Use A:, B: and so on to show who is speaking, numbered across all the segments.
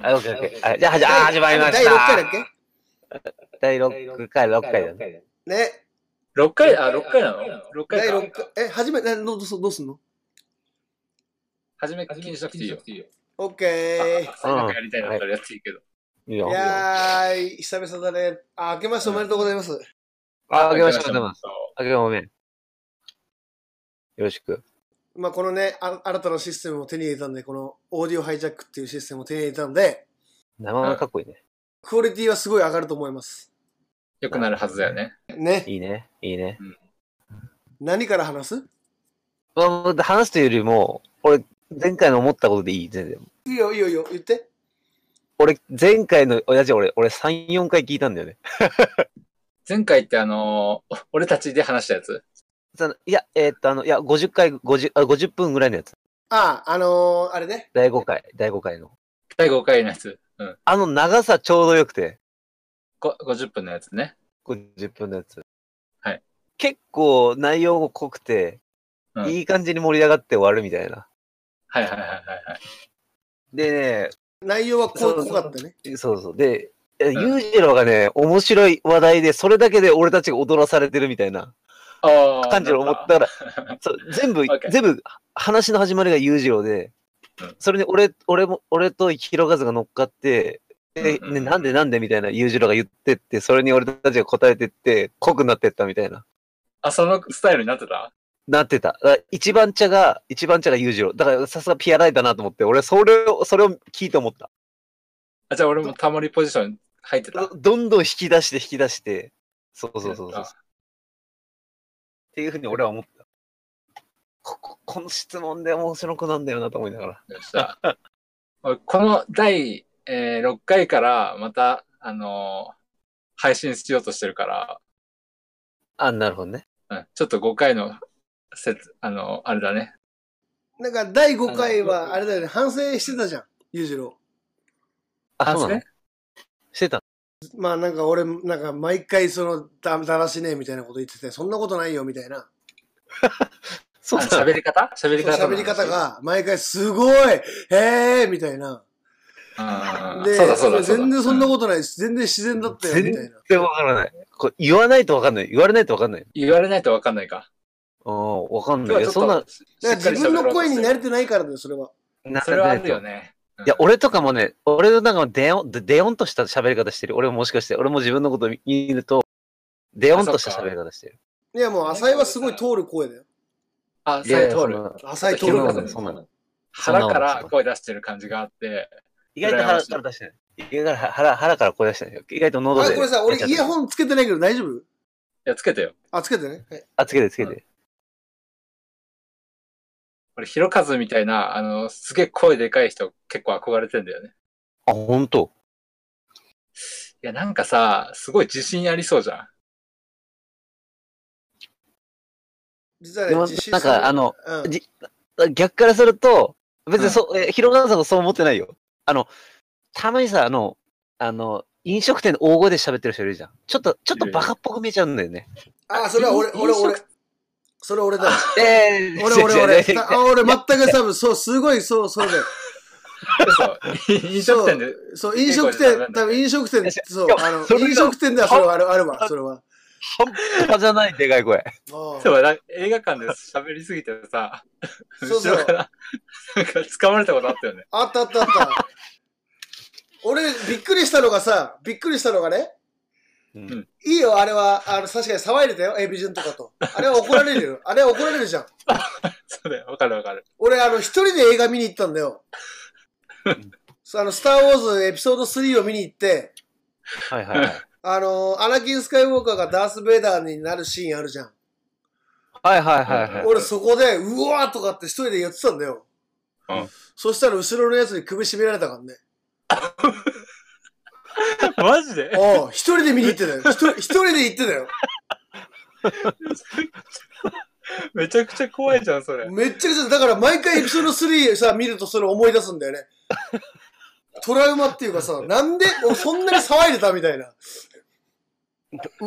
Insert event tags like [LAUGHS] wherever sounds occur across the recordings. A: あ、オッケーオッケー。はいじゃあ、じゃあ、始まりました。
B: 第6回だっけ
A: 第6回、6回だね。
B: ね。
C: 6回、あ、6回なの ?6
B: 第
C: 回
B: 6
C: か。
B: 回。え、初め、などうすどうすんの
C: 初め気にしなくていいよ。
B: オッケ
C: 最後やりたいなったらやっていいけど。
A: いい
B: ー。
A: よ
B: い。やー、久々だね。あ、明けましておめでとうございます。
A: あ、あけましておめでとうございます。あけましておめでとうよろしく。
B: まあ、このねあ、新たなシステムを手に入れたんで、このオーディオハイジャックっていうシステムを手に入れたんで、
A: 生がかっこいいね。
B: クオリティはすごい上がると思います。
C: よくなるはずだよね。
B: ね。
A: いいね。いいね。
B: 何から話す
A: まあもう、話すというよりも、俺、前回の思ったことでいい、全然。
B: いいよ、いいよ、いいよ。言って。
A: 俺、前回の、親父俺、俺3、4回聞いたんだよね。
C: 前回ってあのー、お俺たちで話したやつ。
A: そのいや、えーっと、あの、いや、50回、50、あ50分ぐらいのやつ。
B: ああ、あのー、あれね。
A: 第5回、第5回の。
C: 第5回のやつ。うん。
A: あの長さちょうどよくて、
C: ご50分のやつね。
A: 50分のやつ。
C: はい。
A: 結構内容も濃くて、
C: うん
A: いい感じに盛り上がって終わるみたいな。
C: はいはいはいはいはい。
A: で
B: 内容はこ
A: そうう
B: 濃かったね。
A: ね、そうそう。で、え
C: ん
A: ユージロがね、面白い話題で、それだけで俺たちが踊らされてるみたいな
C: ああ。
A: 感じを思ったら、 [LAUGHS] そう全部
C: [LAUGHS] OK、
A: 全部、話の始まりが裕次郎で
C: うん、
A: それに俺、俺も、俺と広和が乗っかって、で、
C: うんうん
A: ね、なんでなんでみたいな裕次郎が言ってって、それに俺たちが答えてって、濃くなってったみたいな。
C: あ、そのスタイルになってた
A: なってた。だから一番茶が、一番茶が裕次郎。だからさすがピアライだなと思って、俺それを、それを聞いて思った。
C: あ、じゃあ俺もタモリポジション入ってた。
A: どどんどん引き出して引き出して、そうそうそうそう。っ
C: あ
A: ていうふうに俺は思った。こここの質問で面白くなんだよなと思いながら。
C: よっしゃ。俺この第、え6回からまた、あのー配信しようとしてるから、
A: あ、なるほどね。
C: うん、ちょっと5回の説、あのーあれだね。
B: なんか、第5回
C: う
B: は、
C: ん
B: あれだよね、反省してたじゃん、裕次郎。
A: あ、
C: あ
A: そうなの
C: ね。
A: してた
B: まあ、なんか俺、なんか、毎回、その、だだらしねえみたいなこと言ってて、そんなことないよ、みたいな。
A: そう
C: あ
A: なの
C: 喋り方喋り方の話
B: 喋り方。が、毎回、すごいへえみたいな。
C: うんうんうん
B: で、
C: そうだそうだそうだ。
B: 全然そんな
C: と、
B: ことないです。全然自然だったよ、みたい
A: 全
B: な。
A: 然わからない。これ言わないとわかんない。言われないとわかんない。
C: 言われないとわかんないか。
A: ああ、わかん
C: 今日
A: ない。
C: はいちょっと
A: やそんな、
B: だから自分の声に慣れてないからだよ、それは。
A: な
C: それはあるよね。
A: いや、俺とかもね、俺のなんかもデヨン、デデヨンとした喋り方してる。俺ももしかして、俺も自分のこと見ると、デヨンとした喋り方してる。
B: いや、もう、浅井はすごい通る声だよ。
C: あ、
A: いや
C: さえ
A: いや
C: 通
A: そん
C: る。
A: な
B: 浅井
C: ち
B: 通
C: ょっ
B: る
C: と
B: 声
C: 広
B: だ
C: く
B: よ。
A: そんなの
C: 腹か
A: そんな
C: ら
A: の
C: 声出してる感じがあって、
A: 意外と腹から出してない。意外と腹腹腹から声出してないよ。意外と喉
B: あ、
A: で。
B: これさ、俺、イヤ
A: ン。
B: ホンつけてないけど大丈夫
C: いや、つけてよ。
B: あ、つけてね。はい
A: あ、つけてつけて。
C: 俺、ひろかずみたいな、あの、すげえ声でかい人結構憧れてんだよね。
A: あ、ほんと。
C: いや、なんかさ、すごい自信ありそうじゃん。
B: 実は
A: で
B: ね、
A: も
B: 実習
A: なん
B: する
A: か、あの、
B: うん
A: じ逆からすると、別にそう、え、広川さんもそう思ってないよ。あの、たまにさ、あの、あの、飲食店で大声で喋ってる人いるじゃん。ちょっと、ちょっとバカっぽく見えちゃうんだよ
B: [LAUGHS]
A: ね。
B: あ、それは俺、
C: 飲
B: 俺、
C: 食
B: 俺、それ俺だ。
A: ええ
B: 俺、俺、俺。たあ俺、全く多分、そう、すごい、そう、そうだよ。
C: 嘘飲食店で。
B: そう、飲食
C: 結構ダ
B: 店
C: メ、
B: 多分飲食店
A: いや、
B: そう、
A: しか
B: あ
A: も
B: の、
A: それが
B: 飲食店ではそれはある、あるわ、それは。
A: 半端じゃないでかい声。
B: ああ
C: そうなんか映画館で喋りすぎてさ、
B: [LAUGHS] そう
C: 後
B: そう
C: ろから、なんか掴まれたことあったよね。
B: あったあったあった。俺、びっくりしたのがさ、びっくりしたのがね、
A: うん
B: いいよ、あれは、あの、確かに騒いでたよ、エビジュンとかと。あれは怒られるよ。あれは怒られるじゃん。
C: そうだよ、わかるわかる。
B: 俺、あの、一人で映画見に行ったんだよ
A: ん。
B: そうあの、スター・ウォーズエピソード3を見に行って、
A: はいはいはい。
B: あの、アナキン・スカイウォーカーがダース・ベイダーになるシーンあるじゃん。
A: はいはいはいはい。
B: 俺、そこで、うわーとかって一人で言ってたんだよ。
C: うん
B: そしたら、後ろのやつに首絞められたからね。
C: [LAUGHS] マジで [LAUGHS]
B: おう一人で見に行ってたよ。一人一人で行ってたよ。
C: めちゃくちゃ怖いじゃん、それ。
B: めっちゃくちゃ、だから毎回エピソード3さ、見るとそれ思い出すんだよね。トラウマっていうかさ、なんで、おそんなに騒いでたみたいな。
A: う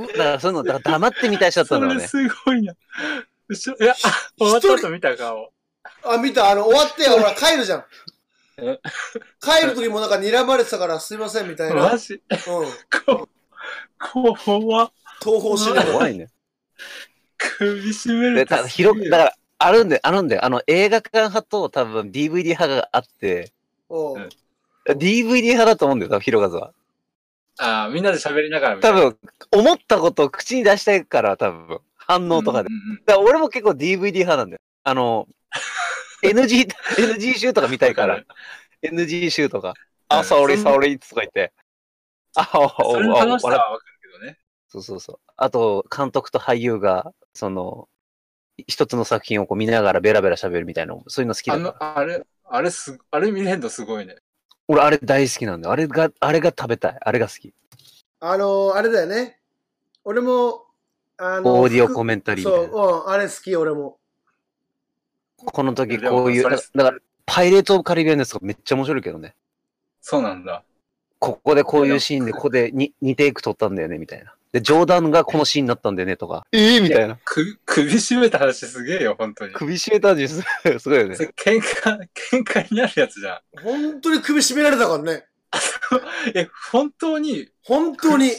A: だからそういうの、だから黙ってみたい人だった
C: そ
A: んだろう
C: れ
A: ね。
C: すごいな。後ろ、いや、あ終わった後見た顔。
B: あ、見た、あの、終わって、ほら、帰るじゃん。
C: え
B: 帰る時もなんか睨まれてたからすいませんみたいな。う
C: マ
B: ん。
C: ジ
B: 東
C: こ、怖っ
B: 方しない。
A: 怖いね。
C: 首絞める
A: で、
C: って
A: ただ広く、だから、あるんで、あるんで、あの、映画館派と多分 DVD 派があって、
B: う
C: うん
B: ん。
A: DVD 派だと思うんだよ、多分、広和は。
C: ああ、みんなで喋りながらみたい
A: 多
C: な。
A: 分、思ったことを口に出したいから、多分、反応とかで。
C: うんうんうん
A: だから俺も結構 DVD 派なんだよ。あの、NG、NG 集とか見たいか
C: わ
A: ら
C: る。。
A: NG 集とか。
C: う
A: あ、
C: ん
A: サオリ
C: そん
A: サオリとか言って。あ、おお
C: それの
A: お
C: 楽しさ
A: 笑っ
C: はわかるけどね。
A: そうそうそう。あと、監督と俳優が、その、一つの作品をこう見ながらベラベラ喋るみたいな、そういうの好きだ
C: あ
A: から
C: の、あれ、あれす、あれ見れんのすごいね。
A: 俺、あれ大好きなんだよ。あれが、あれが食べたい。あれが好き。
B: あのー、あれだよね。俺も、あの
A: オーディオコメンタリーみ
B: そ
A: た
B: う、
A: いな。
B: うん、あれ好き、俺も。
A: この時こうい
C: で
A: う、だ
C: も
A: か
C: そ
A: ら、だからパイレート・オブ・カリビアンのやつとかめっちゃ面白いけどね。
C: そうなんだ。
A: ここでこういうシーンで、ここで 2, 2テイク撮ったんだよね、みたいな。で、ジョーダンがこのシーンになったんだよね、とか。ええみたいな。
C: 首、首絞めた話すげえよ、本当に。
A: 首絞めた味す [LAUGHS] すごいよね
C: そ。れ喧嘩、喧嘩になるやつじゃん。
B: 本当に首絞められたからね。
C: え、本当に、
B: 本当に。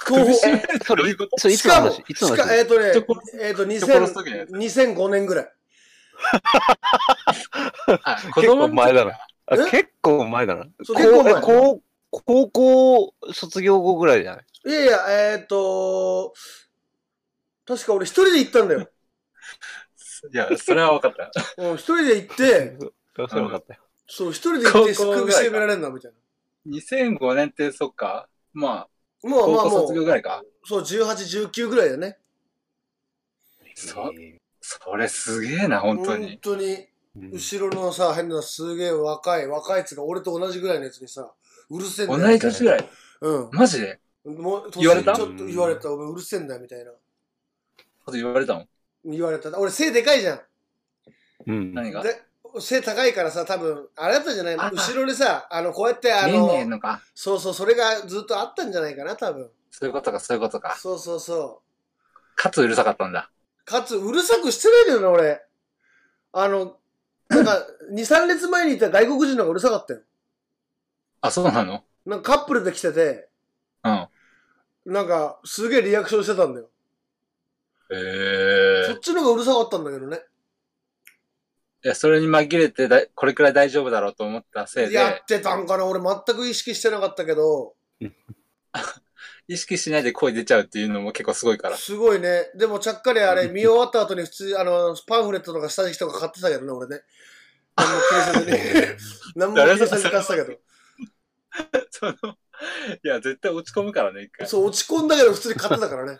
C: 首
B: 東
C: 絞
B: 方
C: める
A: それ、いそれい
B: し
A: つの
B: かも、
A: 話いつの
B: しか
A: 話
B: えっ、とね
C: 人殺、
B: えっ、と
C: 人殺す時のや
B: 2000、2005年ぐらい。
C: あ、子供
A: 結構
C: の時
A: 前だな。あ
B: え
A: 結構前だな。
B: そう結構前
A: こうえ高高校卒業後ぐらいじゃない
B: いやいや、えっ、と確か俺一人で行ったんだよ。
C: いや、それは分かった。
B: うん、一人で行って、
A: そうそうよかったよ。
B: そう、一人で行って
C: 高校ぐ
B: 首
C: らいか
B: 絞められるな、みたい
C: 2005年って、そっか。まあ、
B: な。もう、ま
C: 高校
B: あも
C: 卒業
B: う、
C: ぐらいか。
B: そう、18、19ぐらいだよね。
C: そうそれすげえな、本当に。
B: に
A: うん
B: 後ろのさ、変なすげえ若い、若いやつが俺と同じぐらいのやつにさ、うるせえんだ
C: 同
B: よ。
C: い年ぐらい。
B: うん。
C: マジで
B: もう
C: 言われた
B: ちょっと言われた、お前うるせえんだよ、みたいな。
C: こと言われたの
B: 言われた。俺背でかいじゃん。
A: うん。
C: 何が
B: で背高いからさ、多分、あれだったんじゃない
C: あ
B: 後ろでさ、あの、こうやって、あ
C: 見えねえ
B: の、
C: のか。
B: そうそう、それがずっとあったんじゃないかな、多分。
C: そういうことか、そういうことか。
B: そうそうそ
C: かつうるさかったんだ。
B: う。かつ、うるさくしてないけどな、俺。あの、なんか、2、3列 [COUGHS] 前にいた外国人の方がうるさかったよ。
C: あ、そうなの
B: なんかカップルで来てて、
C: うん。
B: なんか、すげえリアクションしてたんだよ。
C: へ
B: そ
C: え
B: っ。ちの方がうるさかったんだけどね。
C: いや、それに紛れてだい、これくらい大丈夫だろうと思ったせい
B: や
C: で
B: っ、てたんかな、俺全く意識してなかったけど、
C: 意識しないで声出ちゃうっていうのも結構すごいから。
B: [LAUGHS] すごいね。でも、ちゃっかりあれ、見終わった後に普通、あの、パンフレットとか下敷きとか買ってたけどね、俺ね。何も
C: [LAUGHS]
B: 気にせずに。何も気にせずに買ってたけど。
C: その、 [LAUGHS] いや、絶対落ち込むからね、一回。
B: そう、落ち込んだけど普通に買ってたからね。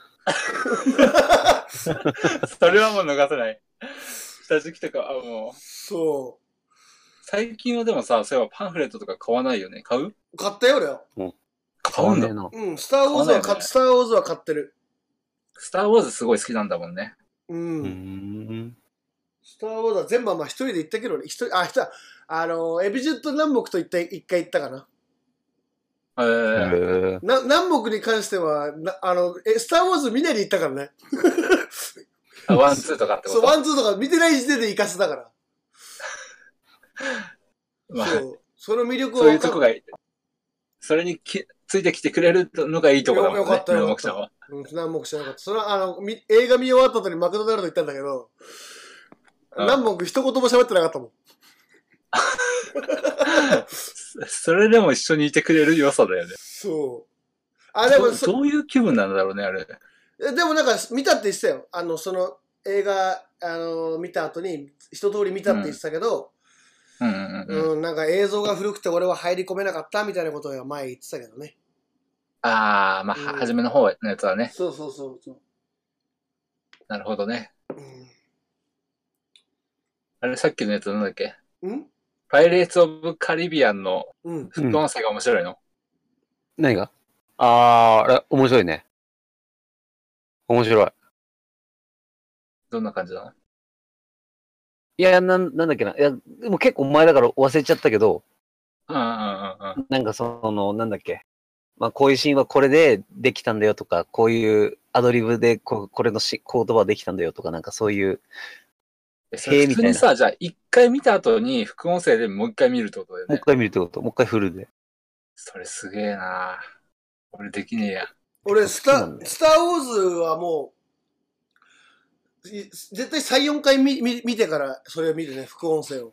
C: それはもう逃さない。下敷きとか、あ、もう。
B: そ
C: 最近はでもさ、そういえばパンフレットとか買わないよね。買う
B: う。買ったよ、俺は。
C: 買うんだ。
A: な。
B: うん、スターウォ
C: 買
B: ーズは
C: わないよ
B: 買、
C: ね
B: スターウォーズは買ってる。
C: スター・ウォーズすごい好きなんだもんね。
B: うん。
A: うん。
B: スターウォーズは全部はまあ一人で行ったけどね、一人、あ、一人、あの、エビジュット南北と一回、一回行ったかな。
C: えー、
A: へえ
B: な南北に関しては、なあの、え、スターウォーズ見ないで行ったからね。
C: あワン、ツーとかってこ
B: そう、
C: と
B: ワン、ツーとか見てない時点で行かせたから。
C: まあ、
B: そう。その魅力を
C: そういう
B: 分
C: と
B: か
C: こがいい。それにきついてきてくれるのがいいとこだもんね。
B: よよかったよ
C: 南北ちゃんは。
B: うん南北してなかった。それは、あの、み映画見終わった後にマクドナルド行ったんだけど、
C: うん
B: 南北一言も喋ってなかったもん。
C: そそれでも一緒にいてくれる良さだよね。
B: そう。あ、でも、
C: ど
B: そ
C: どういう気分なんだろうね、あれ。
B: えでもなんか、見たって言ってたよ。あの、その、映画、あの、見た後に、一通り見たって言ってたけど、
C: うんうん
B: う
C: うんうん。
B: ん、なんか映像が古くて俺は入り込めなかったみたいなことは前言ってたけどね。
C: ああ、まあ、
B: うん
C: は初めの方のやつはね。
B: そうそうそうそう。
C: なるほどね。あれ、さっきのやつなんだっけ
B: うん
C: パイレーツ・オブ・カリビアンの
B: うん。
C: 副音声が面白いの、
A: 何があー、あれ、面白いね。面白い。
C: どんな感じなの
A: いや、なんなんだっけな。いや、でも結構前だから忘れちゃったけど、
C: うんうんうんうん。
A: なんかその、なんだっけ。まあ、こういうシーンはこれでできたんだよとか、こういうアドリブでここれのし言葉できたんだよとか、なんかそういう
C: えそれ
A: へー
C: 普
A: み
C: 通
A: たいな
C: にさ、じゃあ一回見た後に副音声でもう一回見るってことだよ
A: もう一
C: ね。
A: 回見るってこともう一回フルで。
C: それすげえな俺できねえや。
B: 俺、スタ
A: そうなんだ
B: ー、
A: よ
B: スターウォーズはもう、い絶対3、4回見見見てから、それを見るね、副音声を。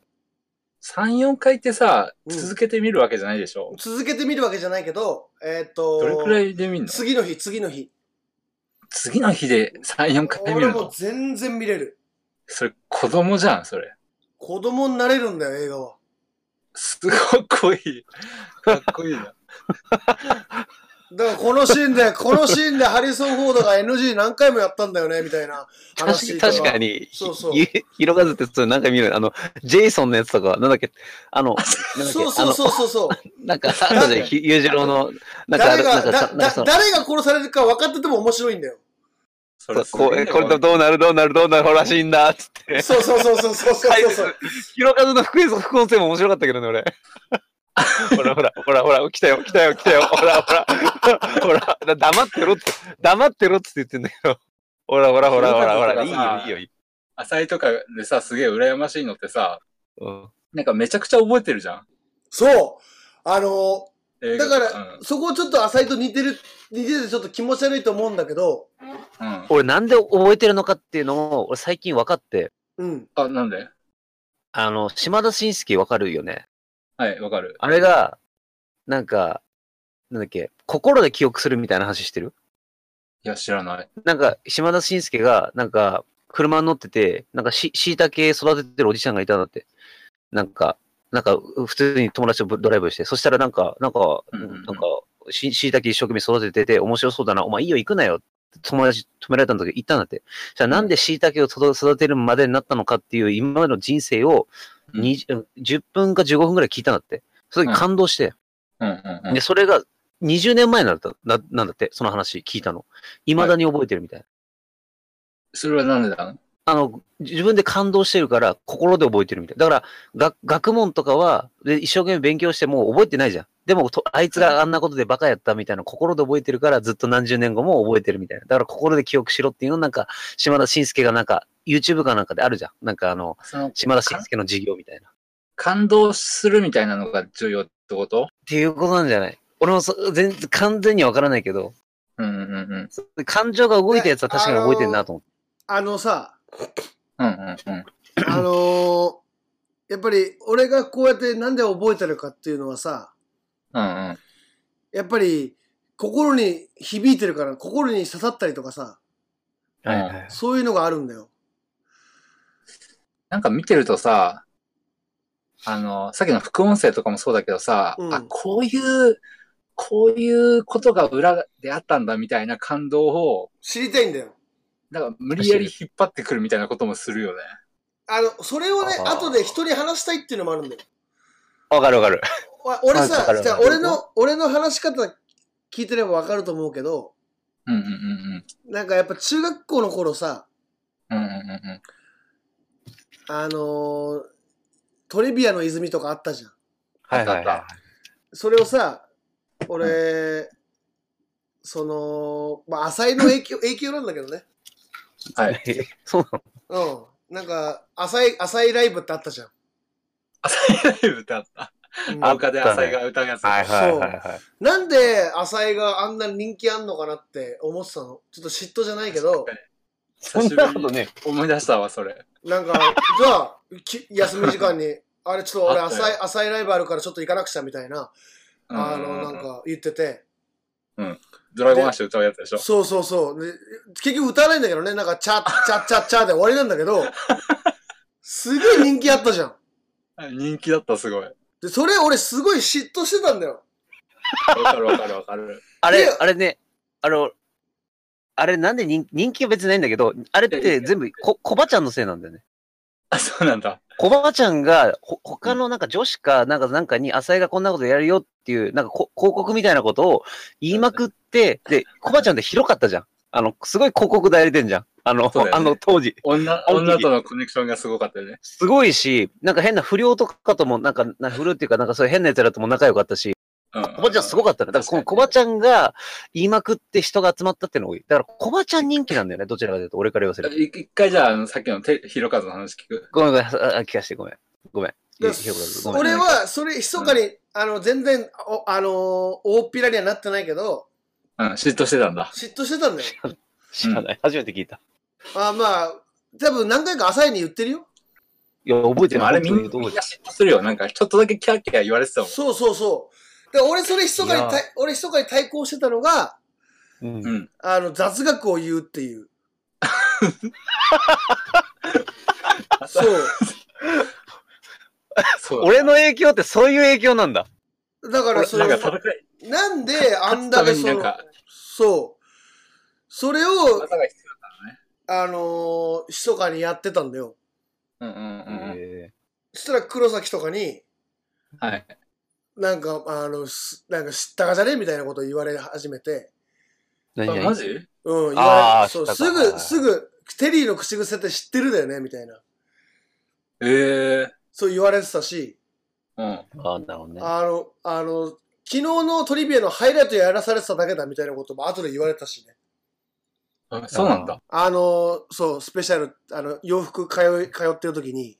C: 3、4回ってさ、
B: うん
C: 続けて見るわけじゃないでしょ、
B: 続けて見るわけじゃないけど、えーっと、
C: どれくらいで見んの
B: 次の日、次の日。
C: 次の日で3、4回見
B: 俺
C: る
B: も
C: の
B: 全然見れる。
C: それ子供じゃん、それ。
B: 子供になれるんだよ、映画は。
C: すごくいい。かっこいいな。
B: だからこのシーンで、このシーンでハリソン・フォードが NG 何回もやったんだよね、みたいな話
A: 確
B: と
A: か確
B: か。
A: かに、
B: そうそう
A: ひひ広がずってそれ何回見るあの、ジェイソンのやつとか、なんだっけ、あの、なんだっけ
B: そうそうそうそうそう。
A: あのなんか、あるじゃん、ひ裕次郎の、なんかあ
B: 誰
A: る、
B: が、
A: なんかさな
B: だ、
A: んかそ
B: だ、誰が殺されるか分かってても面白いんだよ。
C: そ
A: の、
C: れすげえ
A: こう
C: な
A: えこれとどうなるどうなるどうなるらしいんだ、つって。
B: そうそうそうそうそうそうそう。
A: 広和の副副音声も面白かったけどね、 [LAUGHS] 俺。ほらほら、ほらほら、来たよ、来たよ、来たよ、ほらほら、ほら、だ黙ってろって、黙ってろって言ってんだけど。ほらほらほらほらほら、いいよ、いいよ、いいよ。
C: 浅井とかでさ、すげえ羨ましいのってさ、
A: うん
C: なんかめちゃくちゃ覚えてるじゃん。
B: そう。あの、
C: 映
B: だ
C: 画
B: から、そこちょっと浅井と似てる、似ててちょっと気持ち悪いと思うんだけど、
C: うん。うん、
A: 俺なんで覚えてるのかっていうのを、俺最近分かって、
B: うん。
C: あ、なんで
A: あの、島田紳介分かるよね。
C: はい、わかる。
A: あれが、なんか、なんだっけ、心で記憶するみたいな話してる
C: いや、知らない。
A: なんか、島田紳介が、なんか、車に乗ってて、なんかし、椎茸育ててるおじちゃんがいたんだって。なんか、なんか、う普通に友達とぶドライブして、そしたらなんか、なんか、
C: うんうんうん
A: なんか、し椎茸一生懸命育ててて、面白そうだな、お前いいよ行くなよ。友達止められたんだけど、行ったんだって。じゃあなんで椎茸を育育てるまでになったのかっていう、今までの人生を、
C: うん
A: に10分か15分くらい聞いたんだって。その時感動して、
C: うんうんうん
A: で、。それが20年前なんだななんだって、その話聞いたの。未だに覚えてるみたい。
C: それはなんでだの
A: あの、自分で感動してるから、心で覚えてるみたい。だから、が学問とかは、で一生懸命勉強してもう覚えてないじゃん。でもと、あいつがあんなことでバカやったみたいな、心で覚えてるから、ずっと何十年後も覚えてるみたいな。だから、心で記憶しろっていうのなんか、島田紳介がなんか、YouTube かなんかであるじゃん。なんかあの、
C: その
A: 島田紳介の授業みたいな。っ
C: 感動するみたいなのが重要ってこと
A: ていうことなんじゃない俺もそ全然、完全にはわからないけど、
C: うんうんうんうん。
A: 感情が動いたやつは確かに覚えてるなと思って。
B: あのさ、
C: うんうんうん。
B: あのーやっぱり俺がこうやってなんで覚えてるかっていうのはさ、
C: うんうん。
B: やっぱり心に響いてるから、心に刺さったりとかさ、
C: はいはい
B: そういうのがあるんだよ。
C: なんか見てるとさ、あの、さっきの副音声とかもそうだけどさ、
B: うん
C: あ、こういう、こういうことが裏であったんだみたいな感動を、
B: 知りたいんだよ。
C: なんか無理やり引っ張ってくるみたいなこともするよね。
B: あの、それをね、
A: あー
B: 後で人に話したいっていうのもあるんだよ。
A: わかるわかる。
B: わ俺
A: わかる
B: さ、
A: わ
B: じ
A: か
B: ゃあ
A: る
B: 俺の、俺の話し方聞いてればわかると思うけど、
C: うんうんうん
B: なんかやっぱ中学校の頃さ、
C: うん。うんうんうんうん。
B: あのートリビアの泉とかあったじゃん。
A: はいはい
C: あっ
A: は
B: それをさ、俺、その、まあ、浅井の影
C: [LAUGHS]
B: 響、影響なんだけどね。
C: はい。
A: い。そうなの
B: うん。なんか、浅井、浅井ライブってあったじゃん。
C: 浅井ライブってあった。
B: うん
A: あ
C: 廊下で浅井が歌うやつ。
A: はいはいはいはい。
B: なんで浅井があんなに人気あんのかなって思ってたのちょっと嫉妬じゃないけど、
A: そ
C: 久
A: ん
C: しぶ
A: な
C: り
A: こ
C: に
A: とね。
C: 思い出したわ、それ。
B: なんか、じゃあ、き休み時間に、あれちょっと俺
C: あったよ
B: 浅井、浅井ライブあるからちょっと行かなくちゃみたいな、あ
C: うんうん
B: の、
C: うん
B: なんか言ってて、
C: ドラゴンアッシュ歌うやつでしょ。
B: そうそうそう。で結局歌わないんだけどね、なんか、チャッチャッチャッチャッで終わりなんだけ
C: [LAUGHS]
B: ど、すげえ人気あったじゃん。
C: 人気だった、すごい。わ
B: で、それ俺すごい嫉妬してたんだよ。
C: かるわかるわかる。
A: あ
B: い
A: れ
B: や、
A: あれね、あの、あれなんで人人気は別にないんだけど、あれって全部こ、コバちゃんのせいなんだよね。
C: あ、そうなんだ。
A: コバちゃんが、ほ、他のなんか女子か、なんか、なんかに、浅井がこんなことやるよっていう、なんかこ、広告みたいなことを言いまくって、で、コバちゃんって広かったじゃん。あの、すごい広告代理店じゃん。あの、
C: そうだよね
A: あの当時。
C: 女、
A: あの時
C: 女とのコネクションがすごかったよね。
A: すごいし、なんか変な不良とかとも、なんか、な不良っていうか、なんかそういう変な奴らとも仲良かったし、
C: うん。
A: コバちゃんすごかったね。だからこのコバちゃんが言いまくって人が集まったっていうのが多い。だからコバちゃん人気なんだよね。どちらかというと、俺から言わせると。
C: い一回じゃああの、さっきのてヒロカズの話聞く。
A: ごめんごめん、あ聞かせてごめん。ごめん。いや
B: で
A: ひろかずごめん
B: 俺は、それ、密かに、あの、全然、おあのー、大っぴらにはなってないけど、
C: うん、嫉妬してたんだ。
B: 嫉妬してた
C: [LAUGHS]
B: んだよ。
A: 知らない。初めて聞いた。
B: あまあ、多分何回か浅いに言ってるよ。
A: いや、覚えて
C: でも
A: ない。
C: あれみん
A: 本
C: な
A: 当
C: み
A: に
C: ん
A: 覚
C: な
A: えて
C: 嫉
A: ない
C: 妬するよ。なんかちょっとだけキャーキャー言われてたもん。
B: そうそうそう。で、俺、それ、密かに
A: い
B: 対
A: や、
B: 俺、密かに対抗してたのが、
A: うん
C: うん。
B: あの、雑学を言うっ
C: [LAUGHS]
B: ていう。そう。
C: そう
A: 俺の影響ってそういう影響なんだ。
B: だから、そ
C: なんか
B: れ、
C: 戦い、
B: なんで、あんだ
C: た
B: け
C: めに
B: そ
C: なん
B: の、
C: か、
B: そう。それを、
C: 技が必
B: あのー、密かにやってたんだよ。
C: 要うんうんうんうん。
A: へ
B: そしたら黒崎とかに、
C: はい。
B: なんか、あの、すなんか知ったかじゃねみたいなことを言われ始めて、
A: ー何
C: あマ
A: 々
C: ジ
B: うん、言
A: あ
B: われ
A: ー
B: そう、
A: 知った
B: す
A: か
B: ぐ、すぐ、テリーの口癖って知ってるだよねみたいな。
C: ええ
B: そう言われてたし、
C: うん。
A: あー、なるほどね。
B: あの、あの、昨日のトリビアのハイライトやらされてただけだみたいなことも後で言われたしね。
C: あそうなんだ。
B: あの、そう、スペシャル、あの、洋服通い、通ってる時に、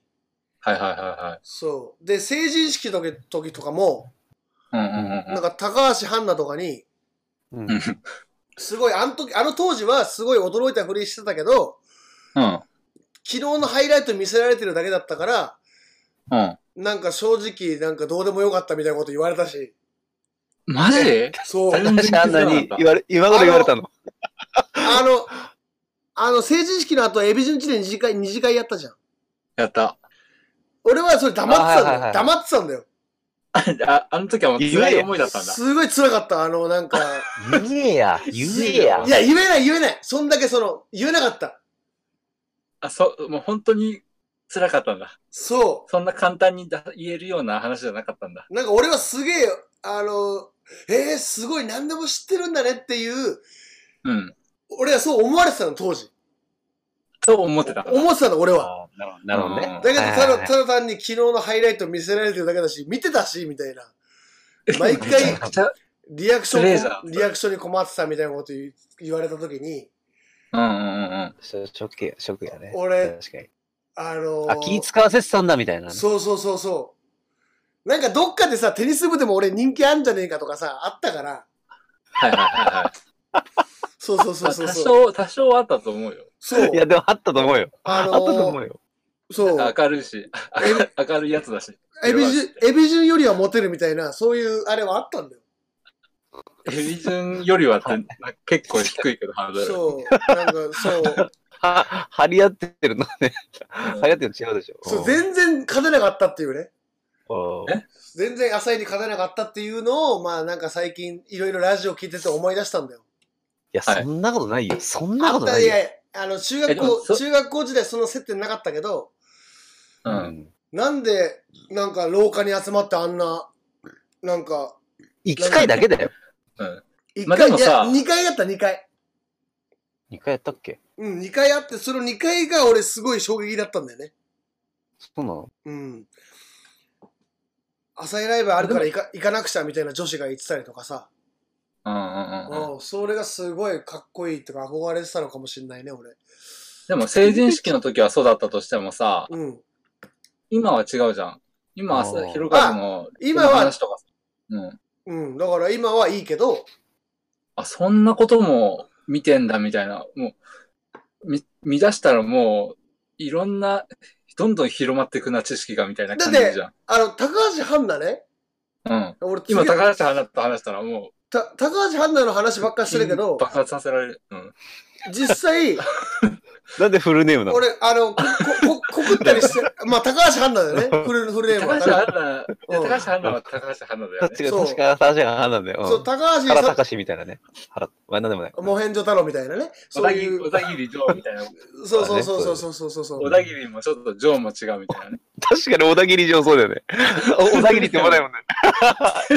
C: はいはいは
B: そう。で、成人式の時時とかも、
C: いはい。うんうんうんう
B: なんんか高橋絆とかに、
A: うん
C: うん。
B: すごい、あの時、あの当時はすごい驚いたふりしてたけど、
C: うん。
B: 昨日のハイライト見せられてるだけだったから、
C: うん。
B: なんか正直、なんかどうでもよかったみたいなこと言われたし、
C: マジ
B: そう。
C: 全然
A: なんであんなに言われ、今頃言われたの
B: あの、あの、成人式の後、エビジュンチで二次会、二次会やったじゃん。
C: やった。 [LAUGHS]
B: 俺はそれ黙ってた
A: あはい
B: んだよ。
A: はいはい
B: 黙ってたんだよ。
C: ああの時はもう辛い思いだったんだ。
B: すごい辛かった。あの、な
C: [LAUGHS]
B: んか、
A: 言えや、言えや
B: い。や、言えない言えない。そんだけその、言えなかった。
C: あ、そう、もう本当に辛かったんだ。
B: そ
C: そんな簡単にだ言えるような話じゃなかったんだ。
B: う。なんか俺はすげえ、あの、えー、すごい何でも知ってるんだねっていう、
C: うん。
B: 俺はそう思われてたの、当時。
C: そう思ってたから。
B: 思ってたの、俺
A: あ
B: は。
A: ーなるほどなるほどね。
B: だけど、
A: はい
B: ただ、ただ単に昨日のハイライト見せられてるだけだし、見てたし、みたいな。毎回
C: めちゃくちゃ
B: リアクシ
C: レー
B: ョン
C: ザ
B: こ、
C: ー
B: リアクションに困ってたみたいなこと言う言われたときに、
C: うんうんうんうん。
A: ショショックや、ショックやね。
B: 俺
A: 確かに。
B: あのー
A: あ、気使わせてたんだみたいなね。
B: そうそうそうそう。なんかどっかでさ、テニス部でも俺人気あんじゃねえかとかさ、あったから。
C: はいはいはいはい。
B: そうそうそう
C: あ
B: そう
C: 多
B: そ
C: 少、
B: う。
C: 多少あったと思うよ。
B: そう
A: い。や、でもあったと思うよ。
B: あ
A: あ
B: の
A: っ
B: ー
A: たと思うよ。
B: そう。
C: 明るいし、あ明るいやつだし。
B: エビジュン、エビジュンよりはモテるみたいな、そういうあれはあったんだよ。
C: エビジュンよりはってな結構低いけど、ハードル。
B: そう。なんか、そう。
A: [LAUGHS] は、張り合ってるのね。張り合ってるの違うでしょ。
B: そう、全然勝てなかったっていうね。
A: うん
C: え
B: 全然浅いに勝てなかったっていうのを、まあなんか最近いろいろラジオ聞いてて思い出したんだよ。
A: いや、
C: はい
A: そんなことないよ。そんな
B: あ
A: こ
B: っ
A: と
B: た
A: ないいよ。
B: やいや、あの、中学
C: えでも
B: 校、
C: そ
B: 中学校時代その接点なかったけど、
C: う。
A: うんん
B: なんで、なんか廊下に集まってあんな、なんか、
A: 一回だけだよ。
C: うん。
B: 一
C: まあ
B: 回、
C: でも
B: いや、
C: さ
B: 2回やった、2回。
A: 二回やったっけ
B: うん、2回あって、その2回が俺すごい衝撃だったんだよね。
A: そうなの
B: うん。朝井ライブあるから行か行かなくちゃみたいな女子が言ってたりとかさ。
C: うんうんうんうん。
B: うん、それがすごいかっこいいとか憧れてたのかもしんないね、俺。
C: でも成人式の時はそうだったとしてもさ、
B: うん。
C: 今
B: 今
C: は違うじゃん。今は
A: あ
C: さ、
A: ー
C: 広がるの、
B: 今は
C: 話、とかさうん。
B: うん、だから今はいいけど、
C: あ、そんなことも見てんだみたいな、もう、み、見出したらもう、いろんな、どんどん広まっていくな、知識がみたいな感じじゃん。
B: あの、高橋絆奈ね。
C: うん。
B: 俺次
C: 今、高橋花と話したらもう、
B: た高橋絆奈の話ばっかりしてるけど、
C: 爆発させられる。うん。
B: 実際、
A: なんでフルネームなの
B: 俺、あの、こ、こ、こ、こくったりして、まあ、高橋絆奈だよね。フル、フルネーム
C: 高橋
B: は。
C: 花、いや
B: うん
C: 高橋花は高橋花だよね。
A: 違う、
B: そう
A: 確か、確か花なんだよ。う
B: そう、
A: ん
B: 高橋
A: 原
B: さ、
A: 隆みたいなね。原、まあ、なんでもない。
B: モヘンジョ太郎みたいなね。
C: 小
B: そ
C: 田
B: うい
C: 切
B: う
C: 小、田切城みたいな。
B: そうそうそうそうそうそうそう。
C: 小田切もちょっと城も違うみたいなね。
B: [LAUGHS]
A: 確かに小田切城そうだよね。お小田切って呼ばないもんね。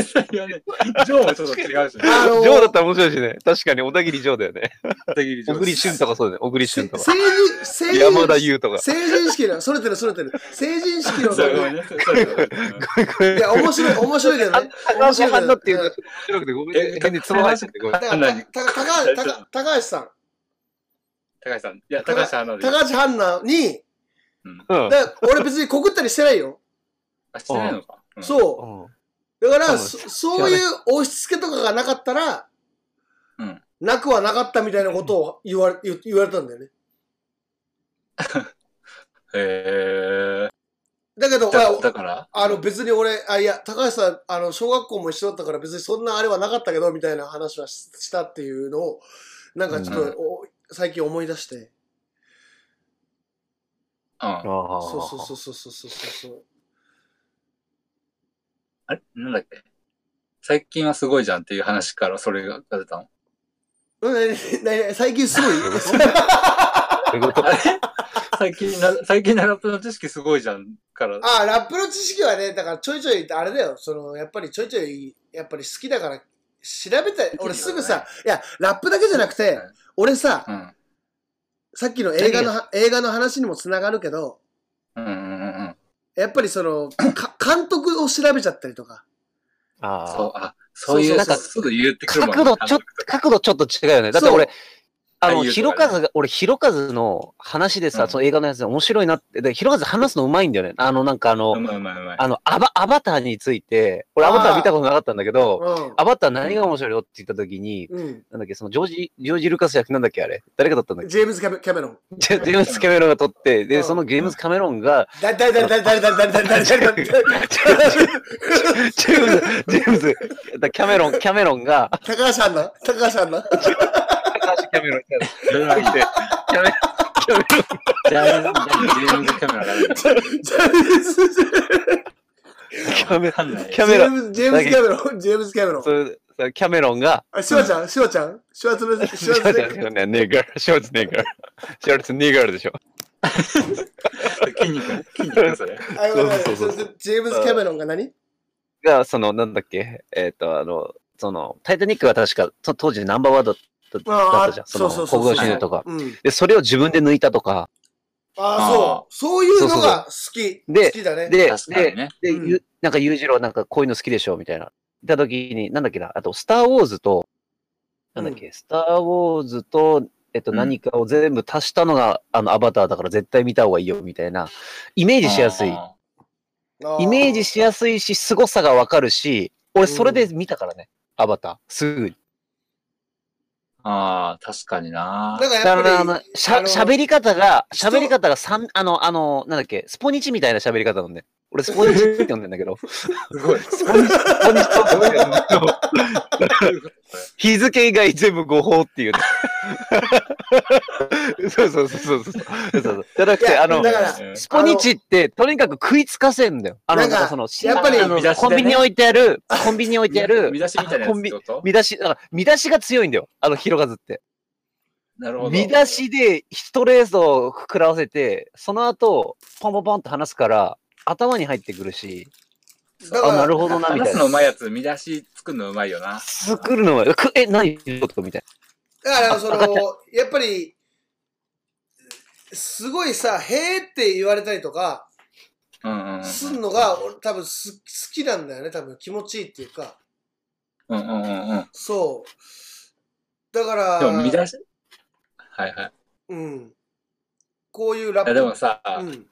C: それはね、城もちょっと違うしね。
B: あの
A: 城だったら面白いしね。確かに小田切城だよね。
C: 小田切城。
A: 小栗旬とかそうだよね。小栗旬とか。
B: 成人、成人、
A: 山田優とか。
B: 成人式の、それてる、それてる。成人式の、
C: そうごめん
B: い
C: ねそれ
B: [LAUGHS]
C: それ
B: や、面白い、面白いけどね。
A: 高橋反応っていうの面白くてごめんね。
C: え
A: 変につままれちゃってごめん
B: だ。から
C: 何
B: たた高橋高高橋さん、
C: 高橋さん。いや、高橋さんなんで。
B: 高橋ハンナに、
A: うん
B: だから俺別に告ったりしてないよ。
C: あ、してないのか。うん
B: そうう。だから、
A: そ
B: そそういう押し付けとかがなかったら
C: うん、
B: なくはなかったみたいなことを言われ言言われたんだよね。
C: へえ。
B: だけど、
C: だ
B: あ
C: だから
B: あの別に俺、あ、いや、高橋さん、あの、小学校も一緒だったから別にそんなあれはなかったけど、みたいな話はししたっていうのを、なんかちょっと、お最近思い出して。
C: うん。
A: ああ。
B: そうそうそうそうそうそうそう。
C: あれなんだっけ最近はすごいじゃんっていう話からそれが出たの。
B: うんなになになに最近すごい
A: そういうこと
C: あれ最近な、最近のラップの知識すごいじゃんから。
B: ああ、ラップの知識はね、だからちょいちょい、あれだよ、その、やっぱりちょいちょい、やっぱり好きだから、調べた俺すぐさ、いや、ラップだけじゃなくて、俺さ
C: う、ん。
B: さっきの映画のは、映画の話にもつながるけど、
C: うんうんうんうん。
B: やっぱりその、か監督を調べちゃったりとか。
A: あ
C: そう、。
A: あ
C: あ、そういう、
B: そ
C: な
B: うんそ
C: かす
B: うそう
C: ぐ言ってくるもんね
A: 角度ちょっと、角度ちょっと違うよね。だって俺、あ
C: あ
A: の、
C: 言う
A: ひ
C: と
A: ろ
C: かね
A: かずが、俺、ひろかずの話でさ、
C: うん
A: その映画のやつで面白いなって、で、ひろかず話すのうまいんだよね。あの、なんかあの、
C: うまいうまいうまい。
A: あの、アバ、アバターについて、俺、
B: あ
A: ア
B: ー
A: バター見たことなかったんだけど、
B: うん。
A: アバター何が面白いよって言った時に、
B: うん。
A: なんだっけ、その、ジョージ、ジョージ・ルカス役なんだっけ、あれ。誰が撮ったんだっけ
B: ジェームズ・キャメキャメロン。
A: ジェジェームズ・キャメロンが撮って、
B: う
A: で、
B: ん
A: そのジェームズ・キャメロンが、
B: だ、だ、だ、だ、だ、だ、だ、だ、だ、だ、だ、
A: ジェームズ、ジェームズ、だキャメロン、キャメロンが、
B: [LAUGHS] 高橋アンナ高橋アンナ
A: 高橋キャメロンキ
C: ジェームズ
A: ャメキャメロン
C: ジェームズカメラが出て
B: ジャニーズ
A: キャメ
C: かんない
A: キャメロン
B: ジェームズ・キャメロン。ジェームズ・キャメロン
A: そ。れそれキャメロンが、
B: あ、シュワちゃん、シュワちゃん、シュワツメ、 [LAUGHS] シュワツ
A: ね、
B: メ、
A: ネガー、ショーツネガー、ショーツネガーでしょ。
C: 筋肉、筋肉それ。
B: あごめんごめん
A: そうそうそう
B: それジェームズ・キャメロンが何
A: が、その、なんだっけ、えっ、と、あの、その、タイタニックは確か、と当時ナンバーワードだっただったじゃん。その、
B: そう
A: 興
B: そうそう
A: 行収入とか。
B: うん。
A: で、それを自分で抜いたとか。
B: ああ、
C: あ
B: そう。そういうの
A: そうそう
B: が好き。
A: で
B: 好きだね。
A: で、
C: 確かに
A: で、
C: ね。
A: で、
B: うん
A: ゆなんか、裕次郎なんかこういうの好きでしょ、みたいな。いた時に、なんだっけな、あと、スター・ウォーズと、なんだっけ、スター・ウォーズと、えっと、
C: うん
A: 何かを全部足したのが、あの、アバターだから絶対見た方がいいよ、みたいな。イメージしやすい。
C: あ
B: あー
A: イメージしやすいし、凄さがわかるし、俺それで見たからね、アバター。すぐに。
C: あ、確かにな
B: だ。か
A: だからら、
B: や
A: あ
B: っぱ
A: の
B: り、、
A: しゃ、
B: あの
A: 喋り方が、
B: 人
A: 喋り方が三、あの、あの、なんだっけ、スポニチみたいな喋り方なんで。俺スポニチって呼んでんだけど、ス
C: すごい。
A: ポニチ、スポニチ
B: [LAUGHS]
A: と呼んでんだけど日付以外全部誤報っ
C: [LAUGHS]
A: ていうね。そうそうそうそうそう。そうそうじゃなく
B: い
A: て、
B: や
A: あの
B: だ、から
A: スポニチって、とにかく食いつかせんだよ。あの、
B: な
A: なんん
B: か
A: かその、
B: やっぱり
A: あの
C: 見出しで
A: コ
C: ね
A: ンビニに置いてある、コンビニに置いてある、
C: 見出しみたいなや
A: コ
C: つ
A: ン
C: って
A: ビ
C: こと
A: 見出し、だから見出しが強いんだよ。あの、広がずって。
C: なるほど。
A: 見出しで一レースを食らわせて、その後、ポンポンポンって話すから、頭に入ってくるし、
B: だか
A: あ、
B: ら
A: なるほどな、みた
C: 話
A: い
C: すのう
A: な。
C: まいやつ、見出し作るのうまいよな。
A: 作るのは、くえ、何言うことみたい
B: だから、その、やっぱり、すごいさ、へーって言われたりとか、
C: うんうんうん。
B: すんのが、俺多分す好きなんだよね、多分気持ちいいっていうか。
C: うんうんうんうん。
B: そう。だから、
C: でも見出し、はいはい。
B: うん。こういうラッ
C: いや
B: プ。
C: でもさ、
B: う
C: やっ
B: ん。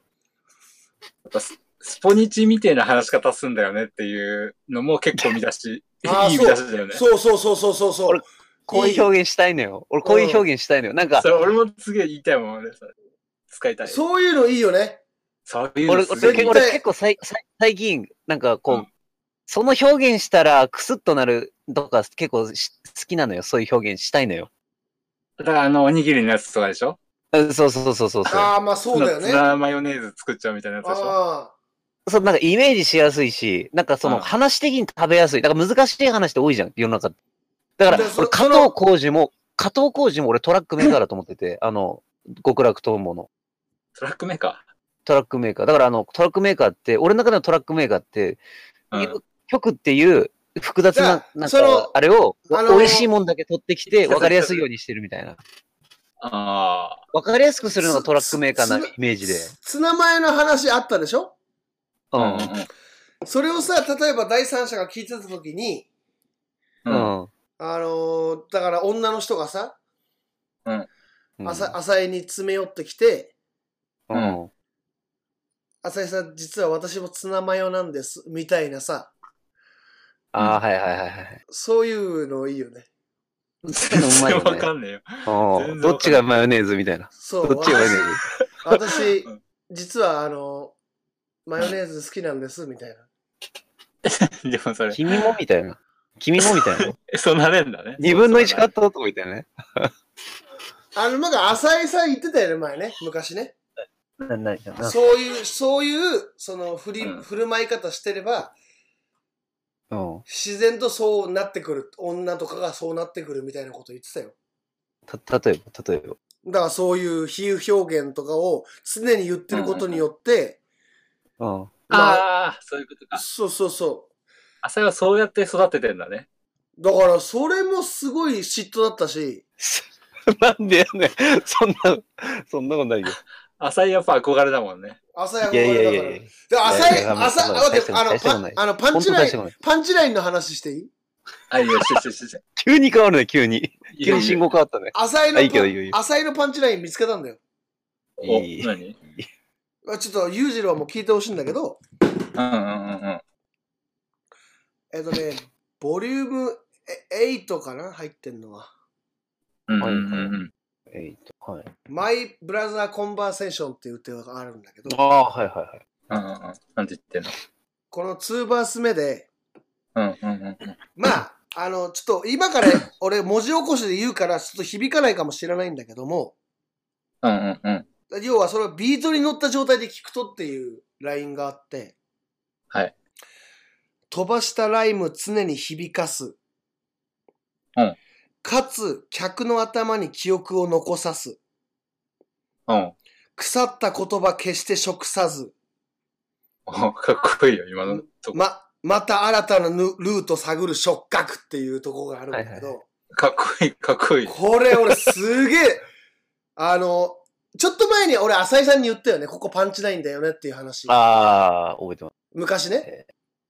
C: ぱススポニチみたいな話し方すんだよねっていうのも結構見出し、
B: あー
C: いい見出しだよね。
B: そうそうそうそうそうそう
A: 俺。こういう表現したいのよ。俺、こういう表現したいのよ。なんか
C: そ、れ俺もすげえ言いたいもん、ね、それ使いたい。そう
B: そういうのいいよね。
C: いうの
A: 俺、
C: すげえ
A: 俺
C: 言い
A: 俺結構さいさい最近、なんかこう、
C: うん
A: その表現したらクスッとなるとか結構し好きなのよ。そういう表現したいのよ。
C: だからあの、おにぎりのやつとかでしょ
A: うんそうそうそうそうそう。
B: ああ、まあそうだよ
C: ツ
B: ね。あ
C: ナマヨネーズ作っちゃうみたいなやつでしょ
B: あ
A: そう、なんかイメージしやすいし、なんかそ
C: うん
A: の話的に食べやすい。だから難しい話って多いじゃん、世の中って。だから
B: でそ、
A: 俺加
B: その
A: 藤浩二も、加藤浩二も俺トラックメーカーだと思ってて、あの、極楽とんぼの
C: トラックメーカ
A: トラックメーカー。だからあの、トラックメーカーって、俺の中でのトラックメーカーって、
C: ー。うん
A: 曲っていう複雑
B: じゃ
A: な
B: あ、
A: なん
B: その
A: か、あれを、
B: あのー
A: 美味しいもんだけ取ってきて、わかりやすいようにしてるみたいな。
C: ああ、
A: わかりやすくするのがトラックメーカーな
B: す
A: イメージで。
B: ツナマヨの話あったでしょ
A: う
C: うん
A: ん。
B: それをさ、例えば第三者が聞いてたときに、
C: うん。
A: うん。
B: あのーだから女の人がさ、
A: うん
B: 浅浅井に詰め寄ってきて、
A: うん。
B: 浅井さん、実は私もツナマヨなんです、みたいなさ、
A: ああ、はいはいはいはい。
B: そういうのいいよ
C: [LAUGHS]
B: ね。
C: 全然わかんねえよ。
A: うんどっちがマヨネーズみたいな。
B: そう、
A: どっちがマヨネーズ
B: 私
C: うん、
B: 実はあの、マヨネーズ好きなんです、みたいな。
C: [LAUGHS] でもそれ、
A: 君もみたいな。君もみたいな。
C: えそうなれんだね。
A: 二分の一カ
C: か
A: ット男みたいなね。
B: あの、なんか浅井さん言ってたよね、前ね、昔ね。
A: な、な、な。
B: そういう、そういう、その、振り、
C: うん
B: 振る舞い方してれば、
A: うん。
B: 自然とそうなってくる。女とかがそうなってくるみたいなこと言ってたよ。
A: た、例えば、例えば。
B: だからそういう比喩表現とかを常に言ってることによって、
A: うん。
B: まあ、
C: ああ、そういうことか。
B: そうそうそ
C: 浅井はそうやって育ててんだね。
B: う。だから、それもすごい嫉妬だったし、
A: なんでやねん。そんな、そんなことないよ。
C: 浅井やっぱ憧れだもんね。
B: 朝や
A: いやいやいや
B: か
A: い
B: ら
A: や。
B: で、浅
A: い
B: い、
A: やいや
B: 朝、
A: まあ
B: あ待って、
A: まあ
B: あの、
A: 大したこ
B: パ
A: とな
B: ン
A: い
B: あのパンチ
A: 本当
B: ラ
A: 大
B: イ
A: したこと
B: ン
A: ない、
B: パンチラインの話していい
C: あ、いいよ、しししし。
A: 急に変わるね、急に。
C: [LAUGHS] いい
A: 急
C: よ
A: に信号変わったね。
B: 浅井の
A: あいいけどいいよいいよ
B: パン、浅井のパンチライン見つけたんだよ。
C: お、
A: いい
C: 何
B: あちょっと、裕次郎も聞いてほしいんだけど、
C: うんうんうんうん。
B: えっとね、ボリュームえ8かな入ってんのは。
C: うんうんうんうん。
A: えいと、はい。
B: マイブラザーコンバーセーションっていうテーマがあるんだけど、
A: ああ、はいはいはい。
C: うんうんうん。なんて言ってんの
B: この2バース目で、
C: うんうんうんうん。
B: まあ、あの、ちょっと今から俺文字起こしで言うから、ちょっと響かないかもしれないんだけども、
C: うんうんうん。
B: 要はそれをビートに乗った状態で聞くとっていうラインがあって、
C: はい。
B: 飛ばしたライム常に響かす。
C: うん
B: かつ、客の頭に記憶を残さす。
C: うん。
B: 腐った言葉決して食さず。
C: おかっこいいよ、今のとこ。
B: ま、また新たなぬルート探る触覚っていうところがあるんだけど、
C: かっこいい、かっこいい。
B: これ俺すげえ、あの、ちょっと前に俺浅井さんに言ったよね、ここパンチないんだよねっていう話。
A: ああ、覚えてます。
B: 昔ね。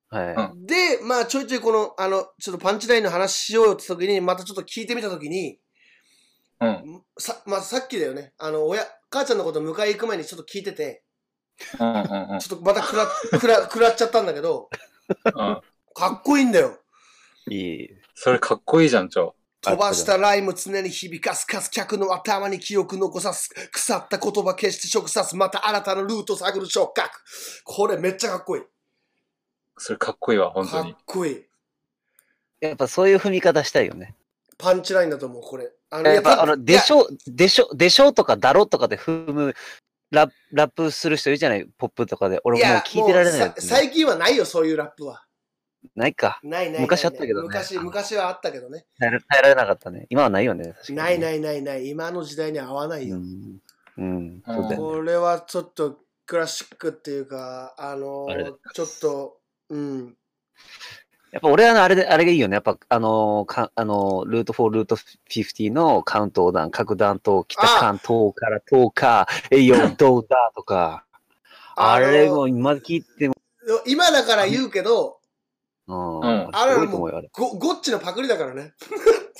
A: はい。
C: うん
B: で、まあちょいちょいこの、あの、ちょっとパンチラインの話しようよって時に、またちょっと聞いてみた時に、
C: うん。
B: さ、まあさっきだよね、あの、親、母ちゃんのこと迎え行く前にちょっと聞いてて、
C: うんうんうん
B: ちょっとまたくら、 [LAUGHS] くら、くらっちゃったんだけど、
C: うん。
B: かっこいいんだよ。
A: いい。
C: それかっこいいじゃん、ちょ。
B: 飛ばしたライム常に響かすかす客の頭に記憶残さす腐った言葉決して食さすまた新たなルート探る触覚これめっちゃかっこいい
C: それかっこいいわ、本
B: か
C: 当に
B: っ。こいい
A: やっぱそういう踏み方したいよね。
B: パンチラインだと思うこれあ
A: やっぱあの、でし
B: ょ
A: ょ、でしょ、でしょとかだろとかで踏む、ララップする人いるじゃないポップとかで。俺もう聞いてられないや
B: さ
A: つね、
B: 最近はないよそういうラップは
A: ないか。
B: ないないないない
A: 昔あったけどね
B: 昔昔はあったけどね
A: 耐えら耐えられなかったね。今はないよね。確かに
B: ない
A: い。
B: ないないない今の時代には合わないよ、
A: うん。うん。そうだよね。
B: これはちょっとクラシックっていうかあの
A: あれだ
B: ちょっとうん
A: やっぱ俺はあれで、あれがいいよね。やっぱ、あのーか、あのー、ルート4、ルート50のカウント横断、各弾頭、北関東から10日、えい [LAUGHS] よ、どうだとか。あれも今聞いても、
B: 今だから言うけど、
A: うん。
C: うん
A: すごいと思うよ、あれ。
B: ご、ゴッチのパクリだからね。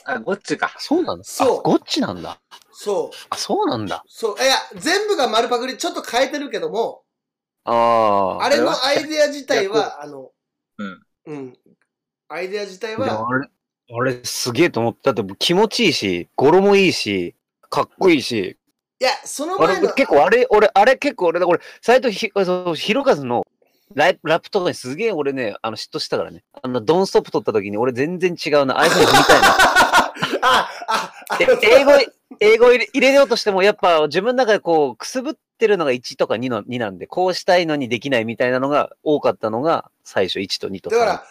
C: あ、ゴッチか。
A: そうなの
B: そう
A: あゴッチなんだ。
B: そう。
A: あ、そうなんだ。
B: そう。いや、全部が丸パクリ、ちょっと変えてるけども、
A: ああ。
B: あれのアイデア自体は、あの、
C: うん。
B: うん。アイデア自体
A: で
B: は
A: も、あれ、あれすげえと思った。だってもう気持ちいいし、語呂もいいし、かっこいいし。
B: いや、その
A: あれ
B: 前の、
A: 結構あれ、俺、あれ結構俺、俺、斎藤ひ、そうひろかずのライラップとかにすげえ俺ね、あの、嫉妬したからね。あの、ドンストップ撮った時に俺全然違うな。iPhone みたいな。
B: あ、あ、あ [LAUGHS]
A: で英語、英語入れ入れようとしても、やっぱ自分の中でこう、くすぶってるのが1とか2の、2なんで、こうしたいのにできないみたいなのが多かったのが、最初1と2と
B: だ
A: か。
B: から、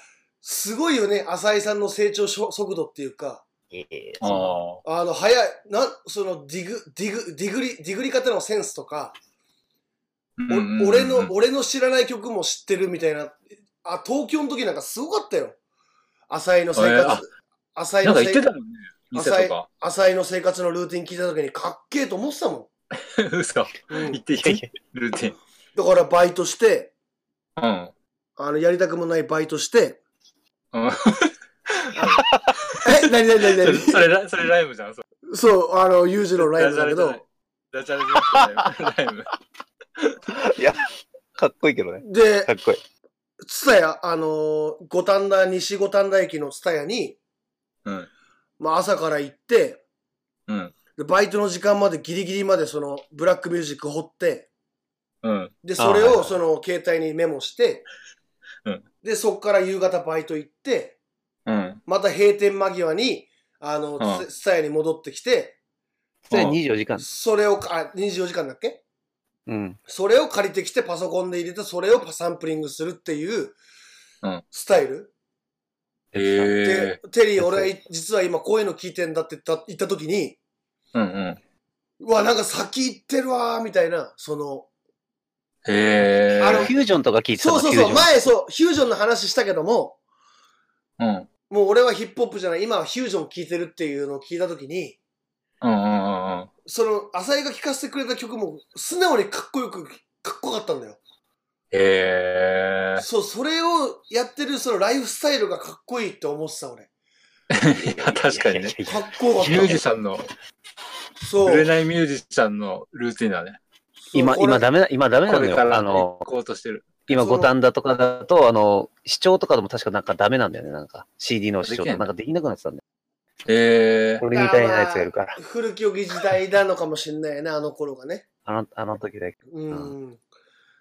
B: すごいよね、浅井さんの成長しょ速度っていうか、
A: ええ
C: あ
A: そう
C: あ。
B: あの、早い、なん、その、ディグ、ディグ、ディグリ、ディグリ方のセンスとか、
C: う
B: お
C: んうんうん
B: 俺の、俺の知らない曲も知ってるみたいな、あ、東京の時なんかすごかったよ。浅井の生
C: えーあ
B: 活。浅井
C: なん
B: の
C: か
B: 生
C: 言ってたもんね。店とか。
B: 浅井の生活のルーティン聞いた時にかっけえと思ってたも
C: 嘘。
B: ん。うん
C: 行ってき
A: いやい
C: て、ルーティン。
B: だからバイトして、
C: うん。
B: あの、やりたくもないバイトして、 [LAUGHS]
C: うん
B: え、なになになになに
C: それ、ラそれライブじゃん。そ
B: [LAUGHS] そう、あの、ユージのライブだけど、
C: ダジャレじゃなくてライブ。ライブ
A: [LAUGHS] かっこいいけどね。
B: で
A: か、っこいい。
B: ツタヤ、あの、五反田、西五反田駅のツタヤに、
C: うん。
B: まあ朝から行って、
C: うん。
B: で、バイトの時間までギリギリまでその、ブラックミュージック掘って、
C: うん。
B: で、それ
A: あーはいは
B: を
A: い
B: その、携帯にメモして
C: うん、
B: で、そっから夕方バイト行って、
C: うん。
B: また閉店間際に、あの
C: うん、
B: ツタヤに戻ってきて、
A: それ24時間。
B: それをか、あ、24時間だっけ
A: うん。
B: それを借りてきてパソコンで入れて、それをサンプリングするっていう
C: うん、
B: スタイル。
C: へ
B: で
C: え。、
B: テリー、俺、実は今こういうの聞いてんだって言った言った時に、
C: うんうん。
B: うわ、なんか先行ってるわー、みたいな、その、
C: へえ。
B: あの
A: フュージョンとか聞いてた
B: そ
A: の
B: うそう
A: フュー
B: そ
A: ジョ
B: う、
A: ン
B: 前、そう、フュージョンの話したけども、
C: うん。
B: もう俺はヒップホップじゃない、今はフュージョン聞いてるっていうのを聞いた時に、
C: うんうんうんうん。
B: その、浅井が聴かせてくれた曲も、素直にかっこよく、かっこよかったんだよ。
C: へえ。
B: そう、それをやってる、そのライフスタイルがかっこいいって思ってた、俺。
C: い
A: [LAUGHS]
C: や、確かにね。
B: かっこよかっ
C: ミュージ
B: た。
C: シャンの、
B: そ
C: 売れ
B: う。
C: ないミュージシャンのルーティンだね。
A: 今、
B: そうこれ
A: 今ダメだ、今ダメな
C: こ
A: の
C: れか
A: よ。
C: ら
A: あ
C: 行
A: の、
C: こうとしてる。
A: 今
B: その
A: 五反田とかだと、あの、視聴とかでも確かなんかダメなんだよね、なんか。CD の視聴
C: でき
A: と
C: んの
A: かなんかできなくなってたんだよ。
C: へえ。
A: 俺みたいなやつがいるから。
B: 古き良き時代なのかもしれないね、あの頃がね。
A: あの、あの時だけ。
B: うん。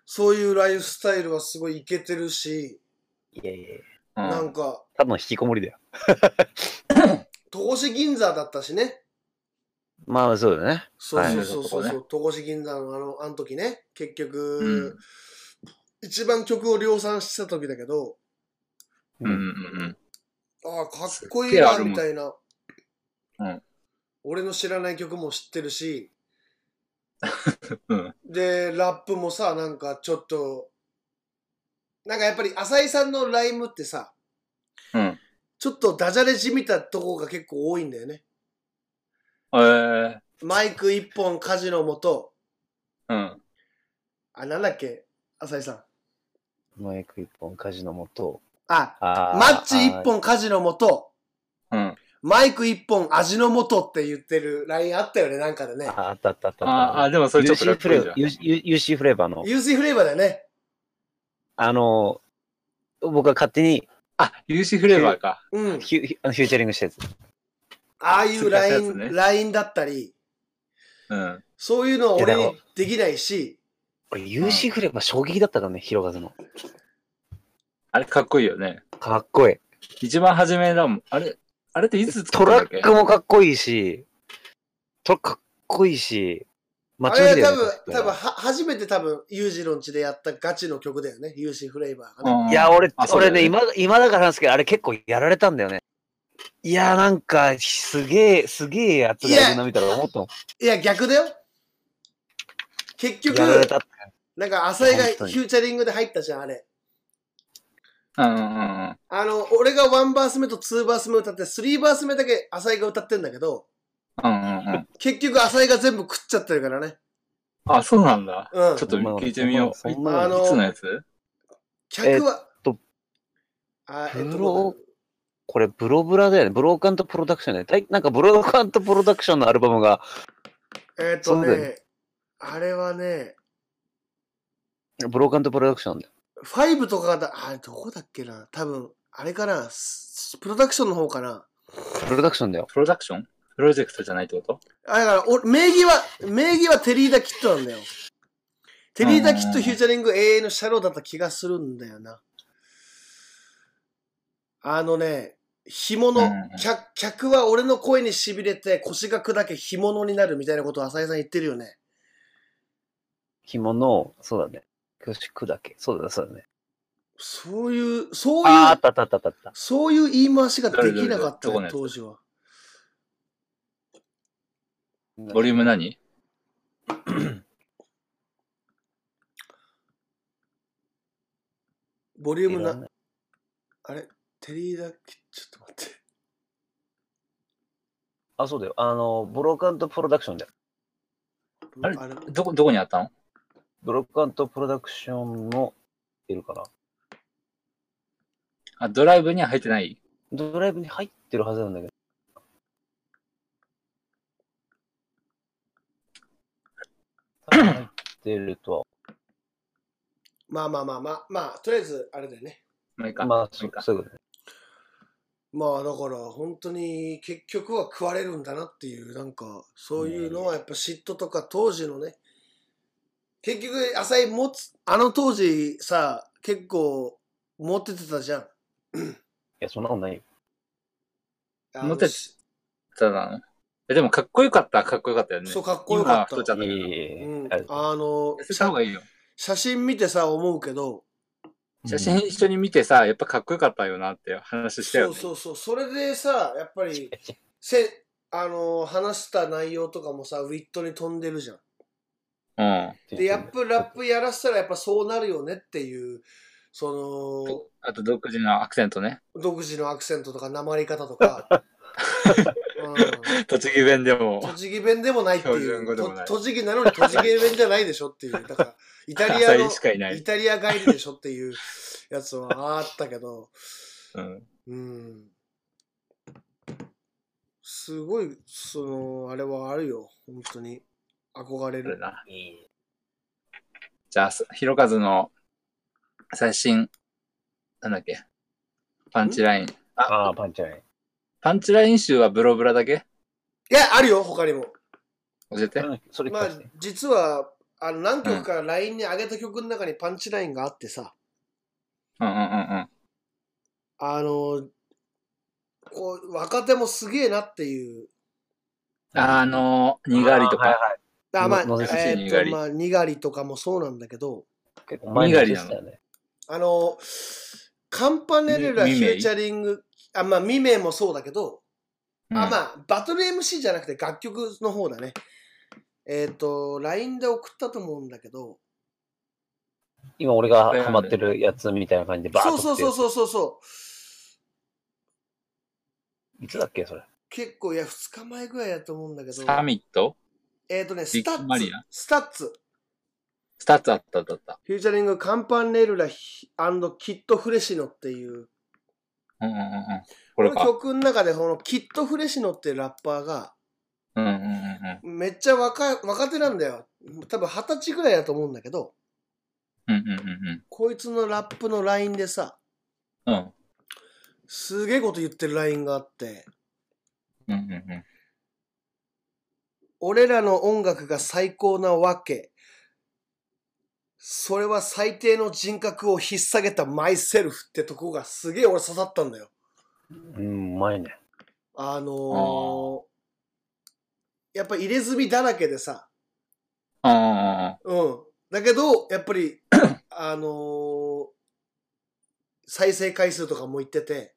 B: そういうライフスタイルはすごいイケてるし、
A: いやいやいや
C: うん
B: なんか、
A: 多分引きこもり
B: [LAUGHS]
A: だよ。
B: 戸越銀座だったしね。
A: まあ、そうだね。
B: そうそうそうそう、
C: はい
B: 戸越銀座のあの、あの時ね、結局、
C: うん
B: 一番曲を量産してた時だけど、
C: うんうん
B: ああ、かっこい
C: すっ
B: い
C: げえあ
B: な、
C: るもん
B: みたいな。
C: うん
B: 俺の知らない曲も知ってるし、
C: うん。うん。
B: で、ラップもさ、なんかちょっと、なんかやっぱり浅井さんのライムってさ、
C: うん。
B: ちょっとダジャレじみたとこが結構多いんだよね。
C: ええ。
B: マイク一本、カジノもと、
C: うん。
B: あ、なんだっけ、浅井さん。
A: マイク一本、カジノもと。
B: あ、
A: あー
B: マッチ一。本、カジノもと、
C: うん。
B: マイク一本、味の素って言ってるラインあったよね、なんかでね
A: あ。ー、あったあったあったあっ
C: あ
A: た。
C: あ、でもそれちょっとか
A: UC
C: っ
A: フ
C: こいい
A: レー
C: じゃ
A: バ
C: ん。
A: ー、UC フレーバーの、
B: UC フレーバーだよね。
A: あの、僕が勝手に
C: あ、UC フレーバーか。
B: う
A: フ
B: ん。
A: ュあのフューチャリングしたやつ。
B: ああいうラ
C: 通過した
B: イ
C: や
B: ン、
C: つね
B: ラインだったり、
C: うん。
B: そういうのは俺
A: いや
B: に
A: でも
B: できないし、
A: 俺 UC フレーバー衝撃だったからね、広がるの。
C: あれかっこいいよね。
A: かっこいい。
C: 一番初めだもん。あれ、あれっていつ作
A: ト
C: ったんだ
A: ラ
C: っけ
A: ックもかっこいいし、トラックかっこいいし、
B: あ
A: 街の
B: れ
A: 日
B: は
A: だよ
B: 多分
A: ね、
B: 多分は、初めて多分、ユージの地でやったガチの曲だよね。UC フレーバーがね。
C: うん
A: いや、俺、
C: あそうだ
A: 俺
C: よ
A: ね、今、今だからなんですけど、あれ結構やられたんだよね。いや、なんか、すげえ、すげえやつがいるな、みたいな思ったもん。
B: いや、逆だよ。結局、
A: やられたって。
B: なんか浅井が
A: 本当に
B: フューチャリングで入ったじゃん、あれ。
C: うんうんうんうん。
B: あの、俺がワンバース目とツーバース目歌って、スリーバース目だけ浅井が歌ってんだけど、
C: うんうんうん。
B: 結局浅井が全部食っちゃってるからね。
C: あ、そうなんだ。
B: うん
C: ちょっと聞いてみよう。い
A: そんな
B: あ
A: の
B: の
C: いつのやつ
B: 客は、
A: えっと、
B: あ、えっ
A: ブ
B: と
A: ロ、これ、ブロブラだよね。ブローカントプロダクションだよね。大なんか、ブローカントプロダクションのアルバムが、
B: えっ
A: そ
B: と
A: うだよね
B: ね、あれはね、
A: ブローカントプロダクションだよ。
B: ファイブとかだ、あれどこだっけな多分、あれかなスプロダクションの方かな
A: プロダクションだよ。
C: プロダクションプロジェクトじゃないってこと
B: あだからお、名義は、名義はテリーダキットなんだよ。テリーダキットフューチャリング永遠のシャローだった気がするんだよな。あのね、干
C: う
B: 物
C: んうん、
B: 客、客は俺の声に痺れて腰が砕け干物になるみたいなことを浅井さん言ってるよね。
A: 紐の、そうだね。恐縮だっけそうだ、そうだね。
B: そういう、そう
A: あー、
B: い
A: あ
B: う
A: っ、たあったあったあった。
B: そういう言い回しができなかった
C: どれどれどれどこの
B: ね
C: や、つ
B: 当時は。
C: ボリューム何
B: ボリューム
A: いら
B: な
A: ない、
B: あれテリーダキット、ちょっと待って。
A: あ、そうだよ。あの、ブローカントプロダクションだよ。
C: あれどこ、どこにあったの
A: ブローカントプロダクションの、いるかな。
C: あ、ドライブには入ってない
A: ドライブに入ってるはずなんだけど。入ってると
B: まあまあまあまあ、まあ、とりあえず、 [COUGHS] あれだよね。
C: まあいいか。
A: は。まあ、
C: い
A: そ
C: いうか。
A: そういうことね。
B: まあだから本当に結局は食われるんだなっていうなんかそういうのはやっぱ嫉妬とか当時のね結局浅井持つあの当時さ結構持っててたじゃん
A: いや、そんなことないよ。
B: あの
C: モテただの。えでもかっこよかった、かっこよかったよね。
B: そうかっこよかった
C: 今は太っちゃったけど。
A: いえいえいえ
B: うん
A: あれ
B: あの
C: 痩せた方がいいよ。
B: 写真見てさ思うけど
C: 写真一緒に見てさ、やっぱかっこよかったよなって話したよ、
B: そう
C: ね。
B: そうそうそれでさやっぱりせあの話した内容とかもさウィットに飛んでるじゃん
C: うん。
B: でやっぱラップやらせたらやっぱそうなるよねっていうその
C: あと独自のアクセントね。
B: 独自のアクセントとか訛り方
C: [LAUGHS]
B: とか、う
C: 栃木弁で
B: ん、
C: も。
B: 栃木弁でもないって
C: 標
B: い
C: 準
B: う
C: 語でもない
B: と栃木なのに栃木弁じゃないでしょっていうだ
C: [LAUGHS]
B: からイタリア
C: 浅
B: の
C: いしかいない
B: イ。タリア帰りでしょっていうやつはあったけど
C: うん。
B: うんすごいそのあれはあるよ本当に憧れ
C: それ
B: る
C: な。
A: いい
C: じゃあ、ひろかずの最新、なんだっけ。パンチライン。
A: ああ、パンチライン。
C: パンチライン集はブロブラだけ
B: いやあるよ他にも
C: 教えて。
A: うんそれ聞
B: まあ
A: かせて。
B: 実はあの何曲か LINE に上げた曲の中にパンチラインがあってさ、
C: うんうんうん
B: あの、こう、若手もすげえなっていう。
C: うん。あの、にがりと
A: あー
C: か。
A: はい
B: あ、まあ、え
A: ののせ
C: しにが
B: ーっと、
C: り
B: まあ、にがりとかもそうなんだけど、
A: はい。結構前に
C: にがりなの
A: したよね。
B: あの、カンパネルラフ
C: みみめい
B: ューチャリング、あ、まあ、ミメもそうだけど、
C: うん
B: あ、まあ、バトル MC じゃなくて楽曲の方だね。えーっと、LINE で送ったと思うんだけど、
A: 今俺がハマってるやつみたいな感じでバーッ
B: そ
A: と
B: うそう
A: 来て
B: そうそうそうそう。
A: いつだっけそれ。
B: 結構、いや、2日前ぐらいだと思うんだけど、
C: サミット
B: えーっとね、ス
C: ビッグ
B: タッ
C: マ
B: ツ
C: リア、
B: スタッツ、
C: 二つあったあったあった。
B: フューチャリングカンパネルラヒキットフレシノっていう
C: うんうんうんうん。
B: こ
C: これ
B: の
C: か。
B: 曲の中でこのキット・フレシノっていうラッパーが
C: うんうんうんうん。
B: めっちゃ若い若手なんだよ多分二十歳ぐらいだと思うんだけど
C: うんうんうん
B: こいつのラップの LINE でさ
C: うん。うん
B: すげえこと言ってる LINE があって
C: うんうんうん。
B: 俺らの音楽が最高なわけそれは最低の人格を引っ提げたマイセルフってとこがすげえ俺刺さったんだよ
A: うん、前ね。
B: あの
C: あ
B: ーやっぱ入れ墨だらけでさ
C: あ
B: うん。だけど、やっ
C: [COUGHS]
B: ぱり、あのー再生回数とかも言ってて、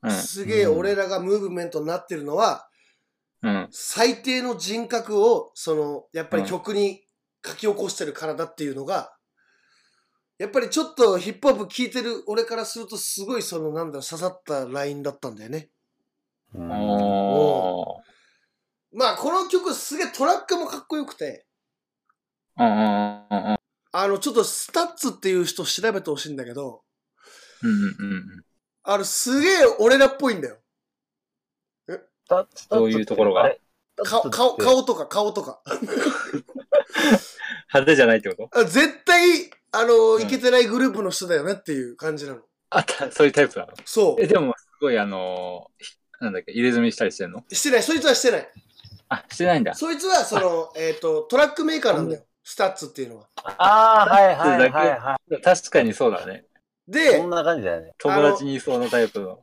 C: あ。うん。
B: すげえ俺らがムーブメントになってるのは、
C: うん。
B: 最低の人格を、その、やっぱり曲に書き起こしてるからだっていうのが、やっぱりちょっとヒップホップ聴いてる俺からするとすごいそのなんだろう刺さったラインだったんだよね。
A: うん
C: おー。
B: まあこの曲すげえトラックもかっこよくて、
C: うんうんうんうんうん。
B: あのちょっとスタッツっていう人調べてほしいんだけど、
C: うんうんうんうん。
B: あのすげえ俺らっぽいんだよ。
A: た
C: どういうところが
A: あれ
B: 顔、顔、。顔とか顔とか。
C: 派手じゃないってこと
B: あ絶対、あの、
C: うん
B: いけてないグループの人だよねっていう感じなの。
C: あった、そういうタイプなの
B: そ
C: え、でも、すごいあのー、ひなんだっけ、入れ墨したりしてんの
B: う。してない、そいつはしてない。
C: あ、してないんだ。
B: そいつは、その、えっ、と、トラックメーカーなんだよ。スタッツっていうのは。
A: ああ、はいはいはいは
C: 確かにそうだね。
A: い。
B: で
A: そん、な感じだよね。
C: 友達にいそうなタイプの。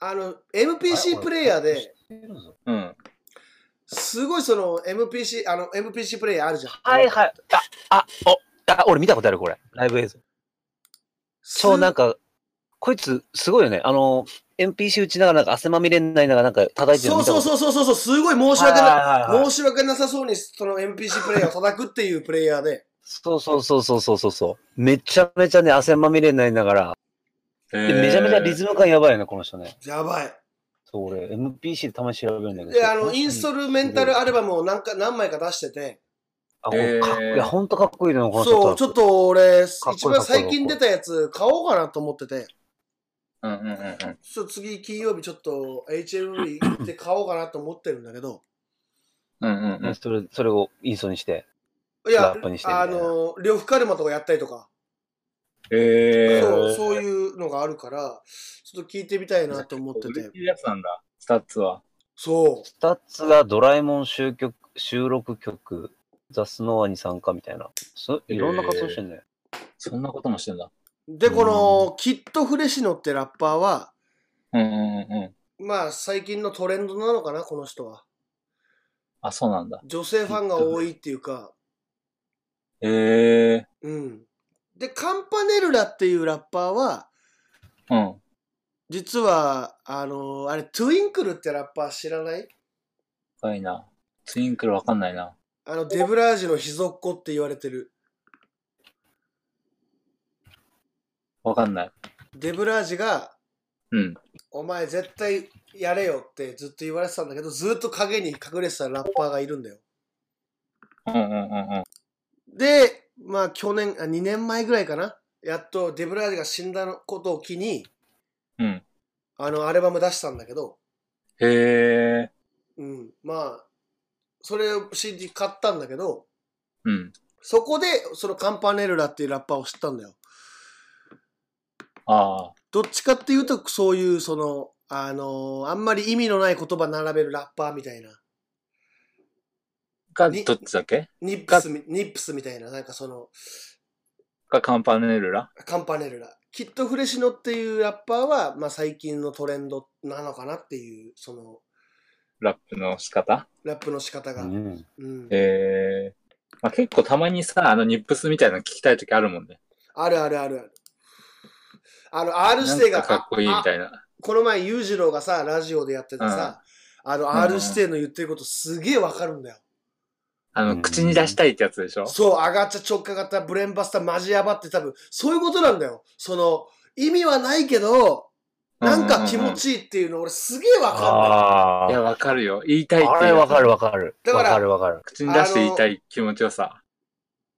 B: あの、MPC プレイヤーで、
C: うん。
B: すごいその、MPC、あの、MPC プレイヤーあるじゃん。
A: はいはい。あ、あ、お、あ、俺見たことあるこれ。ライブ映像。
B: す
A: 超なんか、こいつすごいよね。あの、NPC 打ちながらなんか汗まみれにないながらなんか叩いてるの
B: そう
A: 見た
B: そ
A: こと
B: うそうそうそう、すごい申し
A: ある
B: 訳な
A: はいはいはいはい
B: 申し訳なさそうに、その MPC プレイヤーを叩くっていうプレイヤーで、
A: そうそうそうそうそうそうそう。めちゃめちゃね、汗まみれになりながら。
C: え
A: でめちゃめちゃリズム感やばいよね、この人ね。
B: やばい。
A: そう、俺、MPC でたまに調べるんだけど。
B: で、あの、インストルメンタルアルバムを何か何枚か出してて、
A: あ、もうかっこい
C: えー
A: い。いや、ほんとかっこいいのよ、この人
B: そう、ちょっと俺、
A: こいい
B: 一番最近出たやつ買おうかなと思ってて、
C: うんうんうんうん。
B: ちょっと次金曜日ちょっと HMV 行って買おうかなと思ってるんだけど、
C: うんうんう
A: うんん。それ、それをインストにして。
B: いや
A: ラップにし、てみた
B: あ
A: いな
B: の、両フカルマとかやったりとか、
C: えー。
B: そう、そういうのがあるから、ちょっと聞いてみたいなと思って
C: 売れ
B: て
C: て。るやつなんだ、スタッツは。
B: そう。
A: スタッツがドラえもん収曲収録曲、ザ・スノアに参加みたいな。そいろんな活動してんだよ。
C: そんなこともしてんだ。
B: で、この、キットフレシノってラッパーは、
C: うんうんうんうん。
B: まあ、最近のトレンドなのかな、この人は。
C: あ、そうなんだ。
B: 女性ファンが多いっていうか、
C: えー。
B: うん。で、カンパネルラっていうラッパーは、
C: うん。
B: 実は、あのあれ、トゥインクルってラッパー知らない
C: 深いな。ツインクルわかんないな。
B: あの、デブラージュの秘蔵っ子って言われてる。
C: わかんない。
B: デブラージュが、
C: うん。
B: お前絶対やれよってずっと言われてたんだけど、ずっと影に隠れてたラッパーがいるんだよ。
C: うんうんうんうん。
B: で、まあ去年、あ2年前ぐらいかな。やっとデブラージが死んだことを機に、
C: うん。
B: あの、アルバム出したんだけど、
C: へえ。
B: うん。まあ、それを CD 買ったんだけど、
C: うん。
B: そこで、そのカンパネルラっていうラッパーを知ったんだよ。
C: ああ。
B: どっちかっていうと、そういう、その、あのーあんまり意味のない言葉並べるラッパーみたいな。
C: が、
B: に
C: どっちだっけ
B: ニップスみ、ニップスみたいな、なんかその、
C: がカンパネルラ
B: カンパネルラ。キットフレシノっていうラッパーは、まあ最近のトレンドなのかなっていう、その、
C: ラップの仕方
B: ラップの仕方
A: う
B: が。うん。
A: ん。
C: へえ。まあ、結構たまにさ、あのニップスみたいなの聞きたい時あるもんね。
B: あるあるあるある。あの、R
C: な
B: 指
C: ん
B: 定
C: か
B: が、
C: かっこいいみ
B: あ
C: たいな。
B: この前、裕次郎がさ、ラジオでやっててさ、あの、R 指定の言ってることすげえわかるんだよ。
C: あ
A: う
C: の、
A: ん
C: 口に出したいってやつでしょ
B: そう、アガチャ、直下型、ブレンバスター、マジヤバって多分、そういうことなんだよ。その、意味はないけど、なんか気持ちいいっていうの俺すげえわかるんだよ。
A: あ
C: いや、
A: あ。
C: わかるよ。言いたいっていう。
A: あれわかるわかる。
B: だか
A: わ
B: ら
A: かるわかる。
C: 口に出して言いたい気持ちよさ。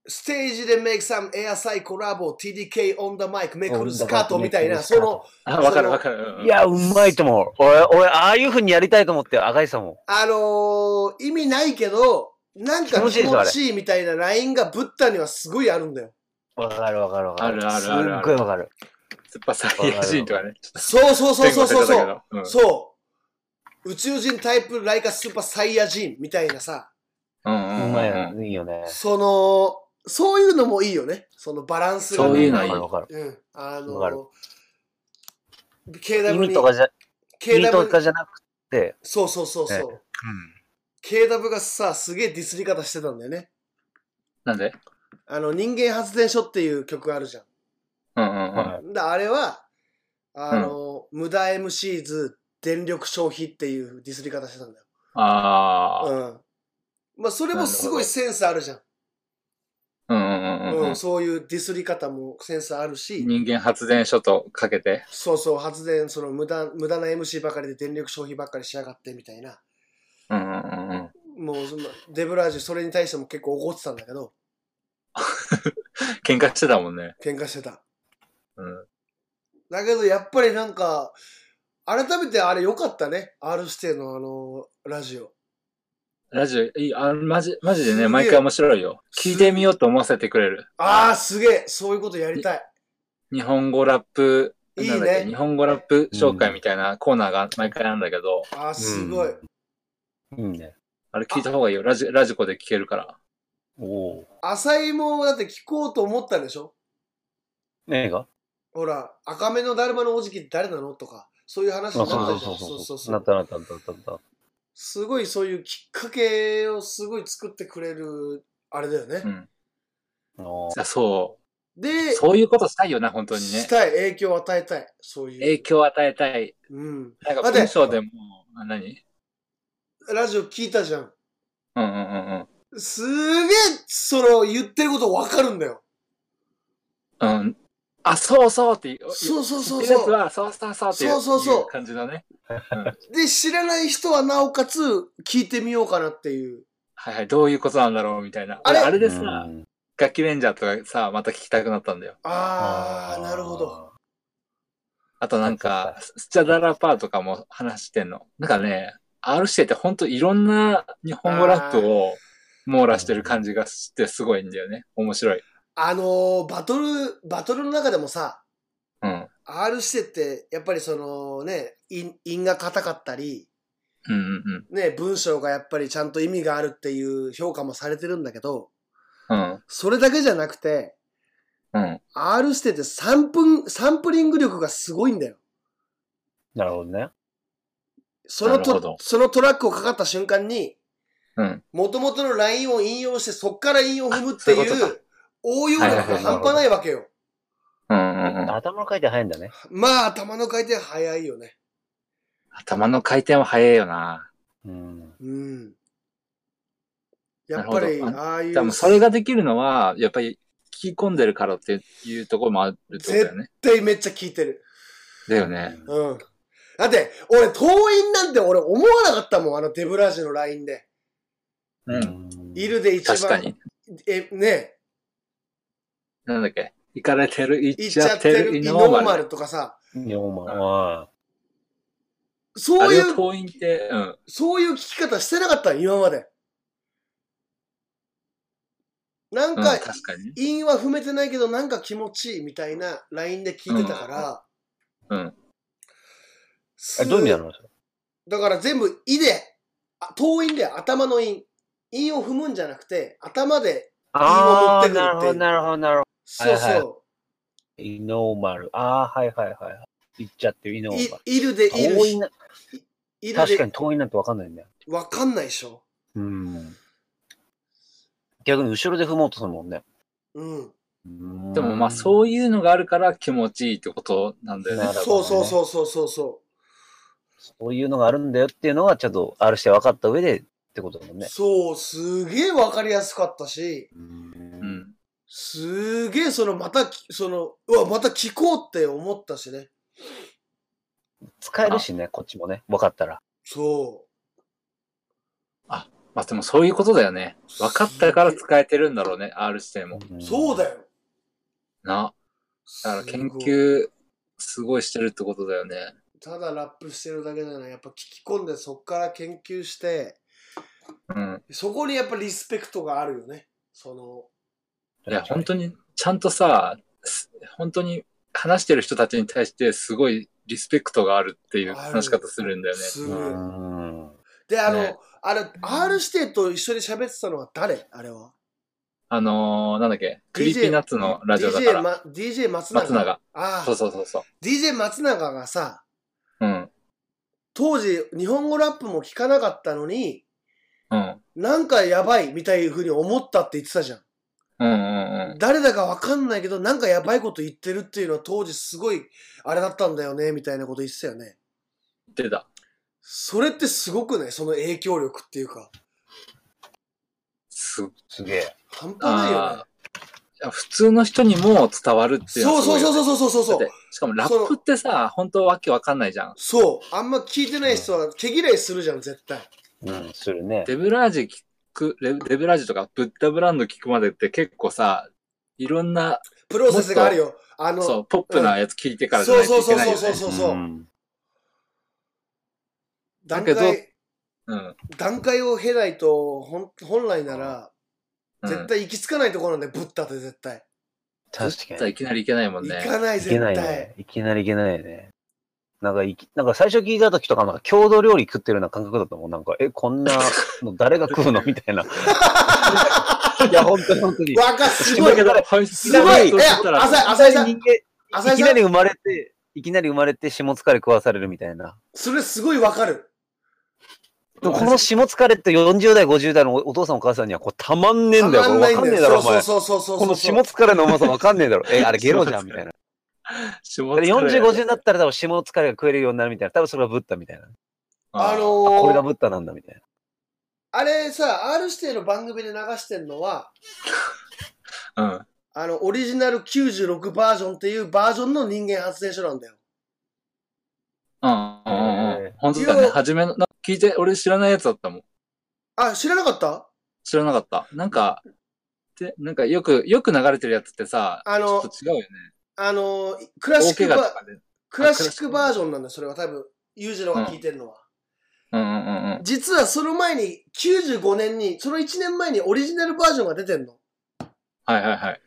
B: ステージでメイクさん、エアサイコラボ、TDK オンダマイク、めくるスカートみたいな、その、
C: あ、わかるわかる。うん
A: いや、うまいと思う。俺、俺、ああいう風にやりたいと思って、赤井さんも。
B: あのー意味ないけど、なんか
A: 気持ちい
B: 気
A: いでしょ
B: 持
A: あれ
B: ちいいみたいなラインがブッダにはすごいあるんだよ。
A: わかるわかるわかる。
C: あるあるあるある
A: すっごいわかる。
C: 酸っぱサイヤ人とかね。ちょっと
B: そうそうそうそうそ
C: 前
B: うそ
C: 後出
B: う。
C: たけどうん
B: そう。宇宙人タイプライカスーパーサイヤ人みたいなさ、
C: うんうん
A: う
C: うん
A: まい
C: うん
A: よ。いいよね。
B: その、そういうのもいいよね。そのバランスが、ね。
C: そういうの
A: わ
C: いい
A: かるわかる。
B: うん。あの
A: わか
B: ー
A: る、意
B: KW
A: 味
B: に
A: と、かじゃ、意味と
B: KW
A: か、じゃなくて、
B: そうそうそうそう。
A: え
B: KW がさ、すげえディスり方してたんだよね。
C: なんで
B: あの、人間発電所っていう曲あるじゃ
C: うんうんうん。
A: はい
B: ん。だあれは、あの、無駄 MC ズ電力消費っていうディスり方してたんだよ。
C: あ
B: うん。まあ、それもすごいセンスあるじゃん。
C: あ。うんうんうんうん
B: う
C: うん
B: ん、。そういうディスり方もセンスあるし、
C: 人間発電所とかけて。
B: そうそう、発電、その無駄、無駄な MC ばかりで電力消費ばっかりしやがってみたいな。
C: うんうんうんうん。
B: もうその、デブラージュそれに対しても結構怒ってたんだけど、
C: 喧嘩してたもんね。
B: 喧嘩してた。
C: うん。
B: だけどやっぱりなんか、改めてあれ良かったね。R 指定のあの、ラジオ。
C: ラジオ、いい、あ、マジ、マジです
B: げえ
C: ね、毎回面白いよ。聞いてみようと思わせてくれる。
B: ああ、すげえそういうことやりたい。
C: 日本語ラップ、
B: いいね
C: なんだっけ日本語ラップ紹介みたいなコーナーが毎回あるんだけど、
B: ああ、すごい。
A: うんうん。いいね。
C: あれ聞いた方がいいよ。ラジ、ラジコで聞けるから。
A: おお。
B: 浅井もだって聞こうと思ったでしょ
A: 映画
B: ほら、赤目のだるまのおじきって誰なのとか、そういう話
A: あそ
B: にな
A: うそう
B: ったじゃん。そ
A: そうう
B: そ
A: そうう
B: そ
A: そうう。なったなったなったなった。
B: すごいそういうきっかけをすごい作ってくれる、あれだよね。
C: うん。
A: おー
C: あそ
B: で
C: う。、そういうことしたいよな、本当にね
B: し。たい。影響を与えたい。そういう。
C: 影響を与えたい。
B: うん。
C: なんか
B: 待て
C: 文章でも、あ何
B: ラジオ聞いたじゃん。
C: うんうんうん
B: すげえ、その、言ってることわかるんだよ。
C: うん。うん。あ、そうそうって言う。
B: そうそうそう
C: 知ってるやつ
B: そう。
C: は、そうそうそうってい
B: そうそうそう
C: いう感じだね。
B: で、知らない人はなおかつ聞いてみようかなっていう。
C: はいはい、どういうことなんだろうみたいな。
B: あれ
C: 俺あれでさ、
A: うん
C: 楽器レンジャーとかさ、また聞きたくなったんだよ。
B: あー、なるほど。。
C: あとなんか、スチャダラパーとかも話してんの。なんかね、R しててほんといろんな日本語ラップを網羅してる感じがしてすごいんだよね。面白い。
B: あのーバトル、バトルの中でもさ、
C: うん。
B: R してって、やっぱりそのね、韻韻が硬かったり、
C: うんうんうん。
B: ね、文章がやっぱりちゃんと意味があるっていう評価もされてるんだけど、
C: うん。
B: それだけじゃなくて、
C: うん。
B: R してて3分、サンプリング力がすごいんだよ。
A: なるほどね。
B: その
C: なるほど
B: と、そのトラックをかかった瞬間に、
C: うん。
B: 元々のラインを引用して、そっから引用を踏むってい
C: あそういうこと
B: う、応用力が半端ないわけよ。
C: うんうんうん。
A: 頭の回転早いんだね。
B: まあ、頭の回転早いよね。
C: 頭の回転は早いよな。
A: うん。
B: うん。やっぱり、
C: なるほど
B: ああい
C: でも
B: う、
C: それができるのは、やっぱり聞き込んでるからっていうところもあるってことだよね。
B: 絶対めっちゃ聞いてる。
C: だよね。
B: うん。だって、俺、党員なんて俺思わなかったもん、あのデブラージのラインで。
C: うん。
B: いるで一番。
C: 確かに。
B: え、ね、
C: なんだっけ。行かれてる、行
B: 言
C: っ
B: っち
C: ち
B: ゃ
C: ゃ
B: っ
C: ってて
B: る
C: る、イ
B: イノ
C: ノ
B: ー
C: ー
B: マ
C: マ
B: ル
C: ル。
B: とかさ、
A: 4万。
B: そ
C: あ
B: うい
C: れを
B: う、
C: 党員って、うん。
B: そういう聞き方してなかったの、今まで。なん
C: うん、
B: か、
C: 確かに。
B: 韻は踏めてないけど、なんか気持ちいいみたいなラインで聞いてたから。
C: うんうん
B: す
A: え、どういう意味なの
B: だから全部、いで、あ頭韻で頭の韻。韻を踏むんじゃなくて、頭で、
A: ああ、
B: 韻を
A: なる
B: 持っ
A: ほ
B: てくるっていう
A: ど、なるほど、なるほ
B: そう
A: はいはい
B: そ
A: ど。イノーマル。ああ、はいはいはい。言っちゃってる、イノ
B: う。
A: ーマル。
B: い、いるで、いる
A: 遠い
B: し、
A: な、
B: いる
A: 確か
B: で
A: に、遠いなんてわかんないんだよ。
B: わかんないでしょ。
A: うん。逆に後ろで踏もうとするもんね。
B: うん。
C: でもまあ
A: う
C: そういうのがあるから気持ちいいってことなんだよ
A: な
C: ね
A: る。ほど
B: そう
A: ね
B: そうそうそうそうそ
A: ん。そういうのがあるんだよっていうのは、ちゃんと R して分かった上でってことだもん
B: う。
A: ね。
B: そう、すげえわかりやすかったし、
A: う。
C: うんん。
B: すげえその、また、その、うわ、また聞こうって思ったしね。
A: 使えるしね、こっちもね。分かったら。
B: そう。
C: まあでもそういうことだよね。分かったから使えてるんだろうね、R 視点も。
B: そう
A: だ。
B: だよ。
C: な。だから
B: す
C: 研
B: ごい
C: 究すごいしてるってことだよね。
B: ただラップしてるだけじゃない。やっぱ聞き込んでそっから研究して、
C: うん。
B: そこにやっぱリスペクトがあるよね。その、
C: いや、本当にちゃんとさ、す本当に話してる人たちに対してすごいリスペクトがあるっていう話し方するんだよね。
B: す
A: う
B: ごい。
A: ん。
B: で、あの、
C: ね
B: あれ、R 指定と一緒に喋ってたのは誰あれは。
C: あのー、なんだっけ、クリーピーナッツのラジオだか
B: DJ,、
C: ら。
B: ま、DJ 松永。
C: 松永。
B: あ
C: そう
B: あ、
C: そうそうそう。
B: DJ 松永がさ、
C: うん。
B: 当時日本語ラップも聞かなかったのに、
C: うん。
B: なんかやばいみたいな風に思ったって言ってたじゃん。
C: うんうんうん。
B: 誰だかわかんないけど、なんかやばいこと言ってるっていうのは当時すごい、あれだったんだよね、みたいなこと言ってたよね。
C: 言ってた。
B: それってすごくないその影響力っていうか。
C: すっ
A: すげえ。
B: 半端ないよね
C: あ。あ普通の人にも伝わるっていうの
B: そう
C: はすご
B: そう
C: いよね
B: そうそうそうそうそう
C: だっ。てしかもラップってさ、本当わけわかんないじゃん。
B: そう。あんま聞いてない人は毛嫌いするじゃん、絶対。
A: うん、するね。
C: デブラージ聞く、レデブラージとかブッダブランド聞くまでって結構さ、いろんな、
B: プロセスがあるよ。あの、
C: そう、ポップなやつ聞いてからじゃないといけないよ
B: そうそう
C: ね。
B: そうそう。
A: ん
B: 段
C: だ
B: 階
C: け、うん。
B: 段階を経ないと、ほん本来なら、
C: うん
B: 絶対行き着かないところなんで、ブッダって絶対。
A: 確か
C: ブッダ
A: に。
C: いきなりいけないもん
B: 行
C: ね。
B: かない、
A: い
B: 絶
A: けない
B: 対
A: ね。。いきなりいけないね。なんかいき、なんか最初聞いた時とか、なんか郷土料理食ってるような感覚だったもん。なんか、え、こんなの誰が
B: [LAUGHS]
A: 食うのみたいな。いや、本当に本当に。
B: わか、すご
C: [LAUGHS]
B: い
C: だ。けど、本質
B: すごい。い
C: そう
B: や
C: だった、ら
B: 浅井、浅井さん、
A: 人間
B: 浅
A: い
B: 井
A: き
B: さ
A: なんり、生まれて、いきなり生まれて、下疲れ食わされるみたいな。
B: それすごいわかる。
A: でもこの下疲れって40代、50代のおお父さんお母さんには、こう、たまんねえんだよ。これわかんねえだろ、お前。
B: そうそうそうそうそう。
A: この下疲れの重さわかんねえだろ。え、あれゲロじゃん、みたいな。
C: 下
A: で
C: 疲れ
A: 40、50になったら多分下疲れが食えるようになるみたいな。多分それはブッダみたいな。
B: あの
A: あこれが
B: ー、
A: ブッダなんだみたいな。
B: あれさ、R 指定の番組で流してんのは、
C: うん。
B: あの、オリジナル96バージョンっていうバージョンの人間発電所なんだよ。
C: うんうんうんう
A: え
C: ん。本当だね。
B: 要
C: 初めの、な聞いて、俺知らないやつだったもん。
B: あ、知らなかった
C: 知らなかった。なんか、で、なんかよく、よく流れてるやつってさ、
B: あの
C: ちょっと違うよね。
B: あの、クラシ
C: 大
B: ッ
C: 怪
B: ク
C: 我と
B: バ
C: かで。
B: クラシックバージョンなんだよ、それは多分。ユージロが聞いてるのは。
C: うんうんうんうん。
B: 実はその前に、95年に、その1年前にオリジナルバージョンが出てんの。
C: はいはいはい。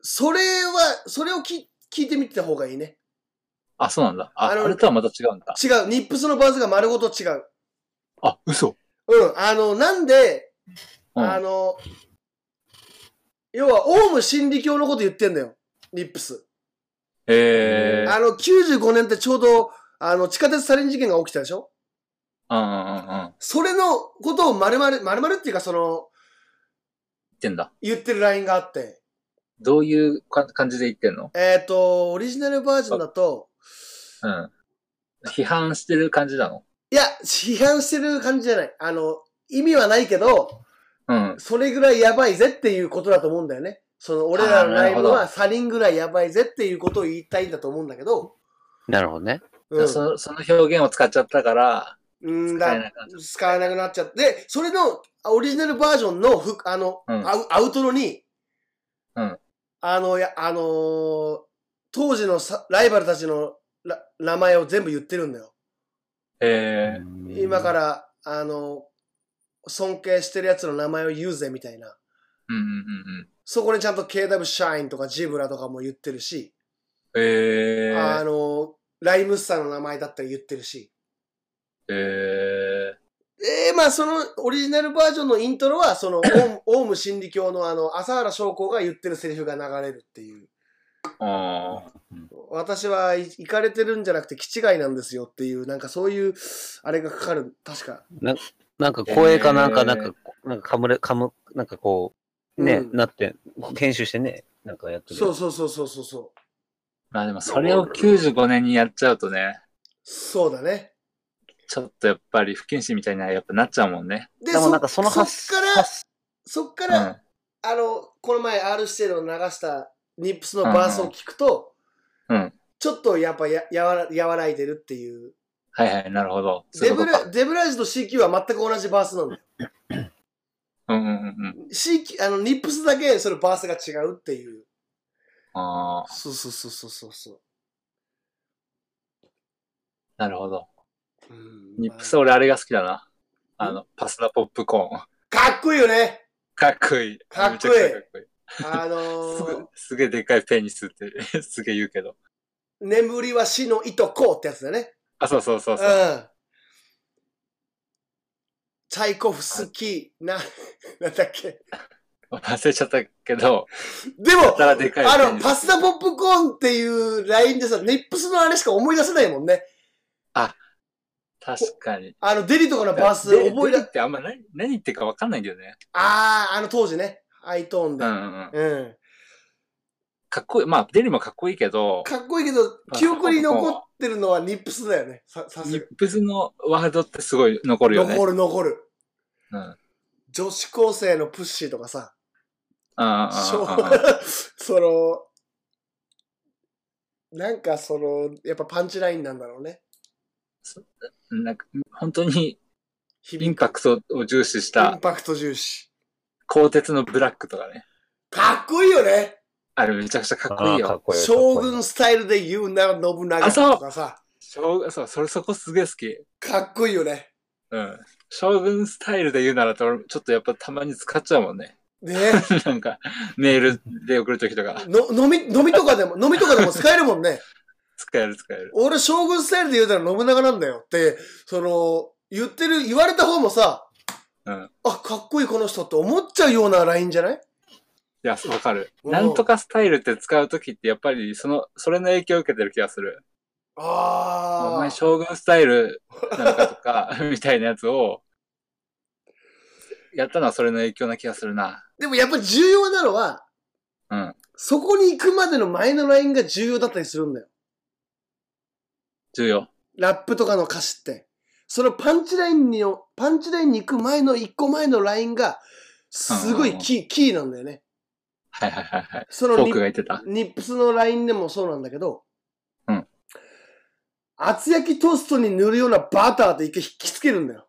B: それは、それをき聞いてみてた方がいいね。
C: あ、そうなんだ。あ、
B: あの
C: あれとはまた違うんだ。
B: 違う。ニップスのバーズが丸ごと違う。
C: あ、嘘。
B: うん。あの、なんで、
C: うん。
B: あの、要は、オウム真理教のこと言ってんだよ。ニップス。
C: えー。
B: あの、95年ってちょうど、あの、地下鉄サリン事件が起きたでしょ
C: うんうんうんうん。言っ
B: それのことを丸々、丸々っていうか、その、
C: てんだ。
B: 言ってるラインがあって。
C: どういうか感じで言ってんの
B: えっ、と、オリジナルバージョンだと、
C: うん。批判してる感じなの
B: いや、批判してる感じじゃない。あの、意味はないけど、
C: うん。
B: それぐらいやばいぜっていうことだと思うんだよね。その、俺らのライブ
C: あーなる
B: はサリンぐらいやばいぜっていうことを言いたいんだと思うんだけど、
A: なるほどね。
B: うん。
C: そのその表現を使っちゃったから、
B: うん
C: 使え
B: だ
C: なくなっちゃっ
B: 使えなくなっちゃって、でそれのあオリジナルバージョンの服、あの、
C: うん
B: アウアウトロに、
C: うん
B: あの、や、あのー当時のさライバルたちのら名前を全部言ってるんだよ。
C: た。えー。
B: 今か。ら、あの尊敬してるやつの名前を言うぜみたいな。
C: うんうんうんうん。
B: そこにちゃんと KW シャインとかジブラとかも言ってるし、
C: え
B: あ
C: ー。
B: のライムスターの名前だったら言ってるし。
C: え
B: えー、まあそのオリジナルバージョンのイントロは
C: [COUGHS]
B: その [COUGHS] オウムオウム真理教のあの朝原将校が言ってるセリフが流れるっていう
C: ー。あー
B: 私はい行かれてるんじゃなくて気違いなんですよっていうなんかそういうあれがかかる確か
A: なんか声かなん
C: え
A: か、
C: ー
A: なんか、なんかかむれ、かむ、なんかこう、ね、
B: うん
A: なって、研修してね、なんかやってる。
B: そうそうそうそうそうそう
C: まあでもそれを95年にやっちゃうとね、
B: そうだね
C: ちょっとやっぱり不謹慎みたいなやっぱなっちゃうもんね。
B: で
A: でも
B: そ
A: なんかその発
B: そっから
A: 発
B: そっか
C: うん。
B: ら、
C: うん
B: あのこの前 R 指定の流したニップスのバースを聞くと、
C: うん
B: ちょっとやっぱややわら和らいでるっていう
C: はいはい、なるほど。そうい
B: デ
C: うこ
B: ブ
C: と
B: ラ
C: か。
B: デブラージュと CQ は全く同じバースなんだよ
C: うんうんうんうん。
B: C あのニップスだけそれバースが違うっていう
C: ああ、
B: そうそうそうそうそうそ
C: なるほど。
B: う、
C: ニップス、俺あれが好きだな。
B: うん
C: あの、パスタポップコーン。
B: かっこいいよね
C: かっこいい。
B: かっこいい
C: めちゃくちゃかっこいい。[LAUGHS]
B: あの
C: す
B: ー
C: ぐ、すげえでっかいペニスって [LAUGHS] すげえ言うけど。
B: 眠りは死の糸こうってやつだね
C: あ、そうそうそううそう。
B: んチャイコフスキーな [LAUGHS] なんだっけ
C: 忘れちゃったけど、
B: で
C: や
B: も
C: たらでかいペ
B: あの
C: ニス。
B: パスタポップコーンっていうラインでさニップスのあれしか思い出せないもんね
C: 確かに。
B: あのデリとかのバース
C: で
B: 覚え
C: デ
B: だ
C: ブってあんま何、何言ってるかわかんないんだよね。
B: あああの当時ねハイトーン
C: う
B: で
C: んうんうん。
B: うん
C: かっこいい。まあ、デリもかっこいいけど、
B: かっこいいけど、記憶に残ってるのはニップスだよね。さ、さ
C: ニ
B: す
C: ップスのワードってすごい残る
B: が。
C: よね。
B: 残る残る。
C: うん。うんうん
B: 女子高生のプッシーとかさ、
C: うん
B: 小
C: うんうん。 [LAUGHS]
B: その、なんかその、やっぱパンチラインなんだろうね。
C: なんか、本当にイ
B: 響
C: ン
B: く。
C: パクトを重視し
B: イン
C: た、
B: パクト重視。
C: 鋼鉄のブラックとかね。
B: かっこいいよね。
C: あれめちゃくちゃかっこいい
A: あーかっ
C: よ。
A: こいい
B: 将軍スタイルで言うなら信長
C: あそう
B: とかさ、
C: そう、そう、それそこすげえ好き。
B: かっこいいよね。
C: うん。将軍スタイルで言うならと、俺ちょっとやっぱたまに使っちゃうもんね。 [LAUGHS]
B: ね
C: なんか、メールで送るときとか、
B: の、飲み、飲みとかでも、飲みとかでも使えるもんね。
C: 使える使える。
B: 俺将軍スタイルで言うたら信長なんだよって、その、言ってる、言われた方もさ、
C: うん。
B: あ、かっこいいこの人って思っちゃうようなラインじゃない
C: いや、わかる。
B: うん
C: なんとかスタイルって使うときって、やっぱり、その、それの影響を受けてる気がする。お
B: あ
C: 前、
B: ー。
C: 将軍スタイルなんかとか、 [LAUGHS] みたいなやつを、やったのはそれの影響な気がするな。
B: でもやっぱり重要なのは、
C: うん。
B: そこに行くまでの前のラインが重要だったりするんだよ。
C: 重要。
B: ラップとかの歌詞って。そのパンチラインによ、パンチラインに行く前の一個前のラインが、すごいキー、キーなんだよね。
C: はいはいはいはい。
B: その
C: フォー
B: ニ
C: クが言ってた。
B: ニップスのラインでもそうなんだけど、
C: うん
B: 厚焼きトーストに塗るようなバターで一回引きつけるんだよ。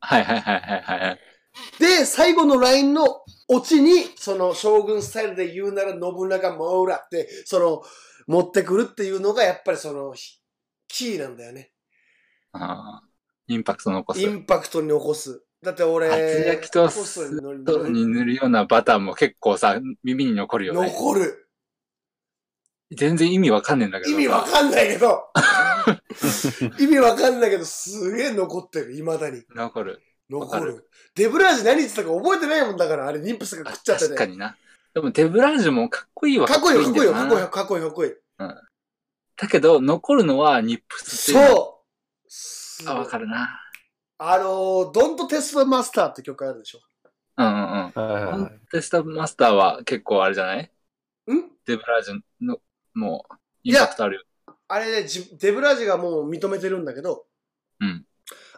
C: はいはいはいはいはいはい。
B: で、最後のラインのオチに、その将軍スタイルで言うなら信長モーラって、その、持ってくるっていうのがやっぱりその、ひキーなんだよね。
C: あーインパクト残す
B: イ。ンパクトに起こす。だって俺、
C: 厚焼きトース
B: トに塗る
C: トに塗るようなバターも結構さ、耳に残るよね。
B: 残る。
C: 全然意味わかんねえんだけ
B: 意
C: ど。
B: 味わかんない
C: [LAUGHS]
B: けど意味わかんないけど、すげえ残ってる、未だに。
C: 残る。
B: 残
C: わか
B: る
C: る。
B: デブラージ何言ってたか覚えてないもんだから、あれ、ニンプスが
C: あ
B: 食っちゃって
C: 確
B: ね。
C: かにな。でもデブラージュもかっこいいわ。
B: かっこいいよ、かっこいいよ、
C: んだ
B: かっ
C: な
B: こいいよ、かっこいいよ、かっこいいよ。
C: だけど、残るのはニップスっていうの
B: そうすごい
C: あ、わかるな。
B: あのー、ドントテストマスターって曲あるでしょ。
C: うんうんうん。
A: はい
C: コ
A: はいはい
C: ンテストマスターは結構あれじゃない
B: ん
C: デブラージュの、もう、
B: い
C: イン
B: や
C: パクトあるよ。
B: あれね、じデブラージがもう認めてるんだけど、
C: うん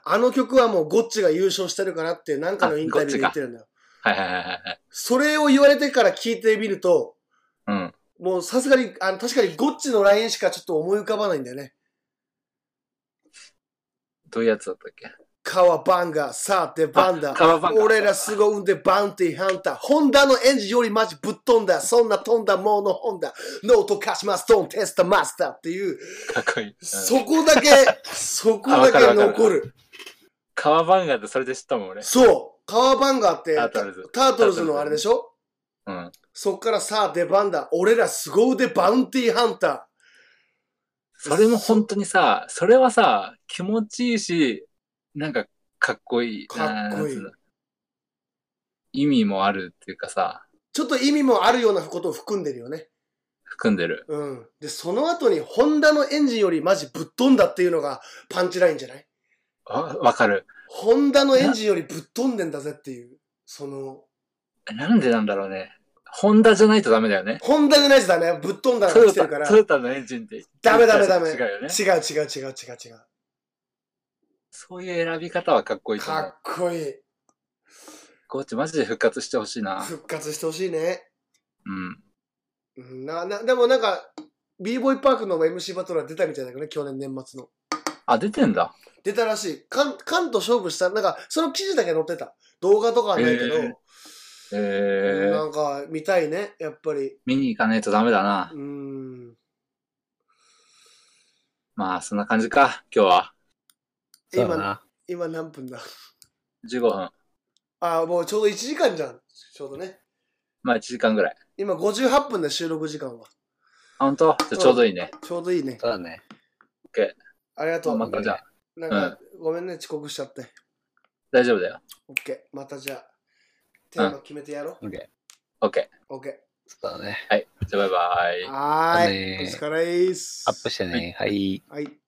B: あの曲はもうゴッチが優勝してるからってなんかのインタビューで言ってるんだよ。
C: はいはいはいはいはい。
B: それを言われてから聞いてみると、
C: うん。
B: もうさすがに、あの、確かにゴッチのラインしかちょっと思い浮かばないんだよね。
C: どういうやつだったっけ
B: カワバンガ、サーテバンダ
C: あ。カワバンガ
B: 俺ら凄腕バウンティーハンター。ホンダのエンジンよりマジぶっ飛んだ。そんな飛んだものホンダ。ノートカシマストーンテスタマスターっていう、
C: かっこいい。うん
B: そこだけ、そこだ
C: わかる
B: け
C: わかる
B: 残る。
C: カワバンガってそれで知ったもん、俺。
B: そう。カワバンガって
C: タートルズ
B: タートルズのあれでしょ
C: うん。
B: そっからサーテバンダ。俺ら凄腕バウンティーハンター。
C: それも本当にさ、それはさ、気持ちいいし、なんか、かっこいい。
B: かっこい
C: な
B: い
C: んつうの意味もあるっていうかさ、
B: ちょっと意味もあるようなことを含んでるよね。
C: 含んでる。
B: うん。で、その後にホンダのエンジンよりマジぶっ飛んだっていうのがパンチラインじゃない
C: わ、わかる。
B: ホンダのエンジンよりぶっ飛んでんだぜっていう。その、
C: なんでなんだろうね。ホンダじゃないとダメだよね。
B: ホンダじゃないやつだね。ぶっ飛んだの
C: ト
B: が
C: ヨ
B: 来て
C: タ、
B: るから
C: ト。ヨタのエンジンで。
B: ダメダメダメ。
C: 違う
B: 違う
C: よね。
B: 違う違う違う違う。
C: そういう選び方はかっこいいと思
B: か
C: う
B: っ。こいい。
C: ゴーチマジで復活してほしいな。
B: 復活してほしいね。
C: うん。
B: うんな、な、でもなんか、b ボーイパークの MC バトルは出たみたいだけどね、去年年末の。
C: あ、出てんだ。
B: 出たらしい。関、関と勝負した、なんか、その記事だけ載ってた。動画とかはないけど、
C: へえ
B: な
C: ー、
B: んか、見たいね、やっぱり。
C: 見に行かないとダメだな
B: う。ん。
C: まあ、そんな感じか。今日は。
A: そうだ
B: 今、
A: な。
B: 今何分だ
C: 15分。
B: ああ、もうちょうど1時間じゃん。ちょうどね。
C: まあ、1時間ぐらい。
B: 今58分で収録時間は。
C: あ、ほんとじゃあちょうどいいね。
B: ちょうどいいね。
A: そうだね。
B: ありがとう。
C: またじゃあ、
B: なんか、ごめんね、遅刻しちゃって。
C: 大丈夫だよ。
B: オッケー。またじゃあ、テーマ決めてやろ
A: OK。
C: OK。
B: う。オッケ
A: そうだね。
C: はい。じゃあ、バイバイ
B: ー。。はーい。
A: ね
B: お疲れっす。
A: アップしてね。はい。
B: はい。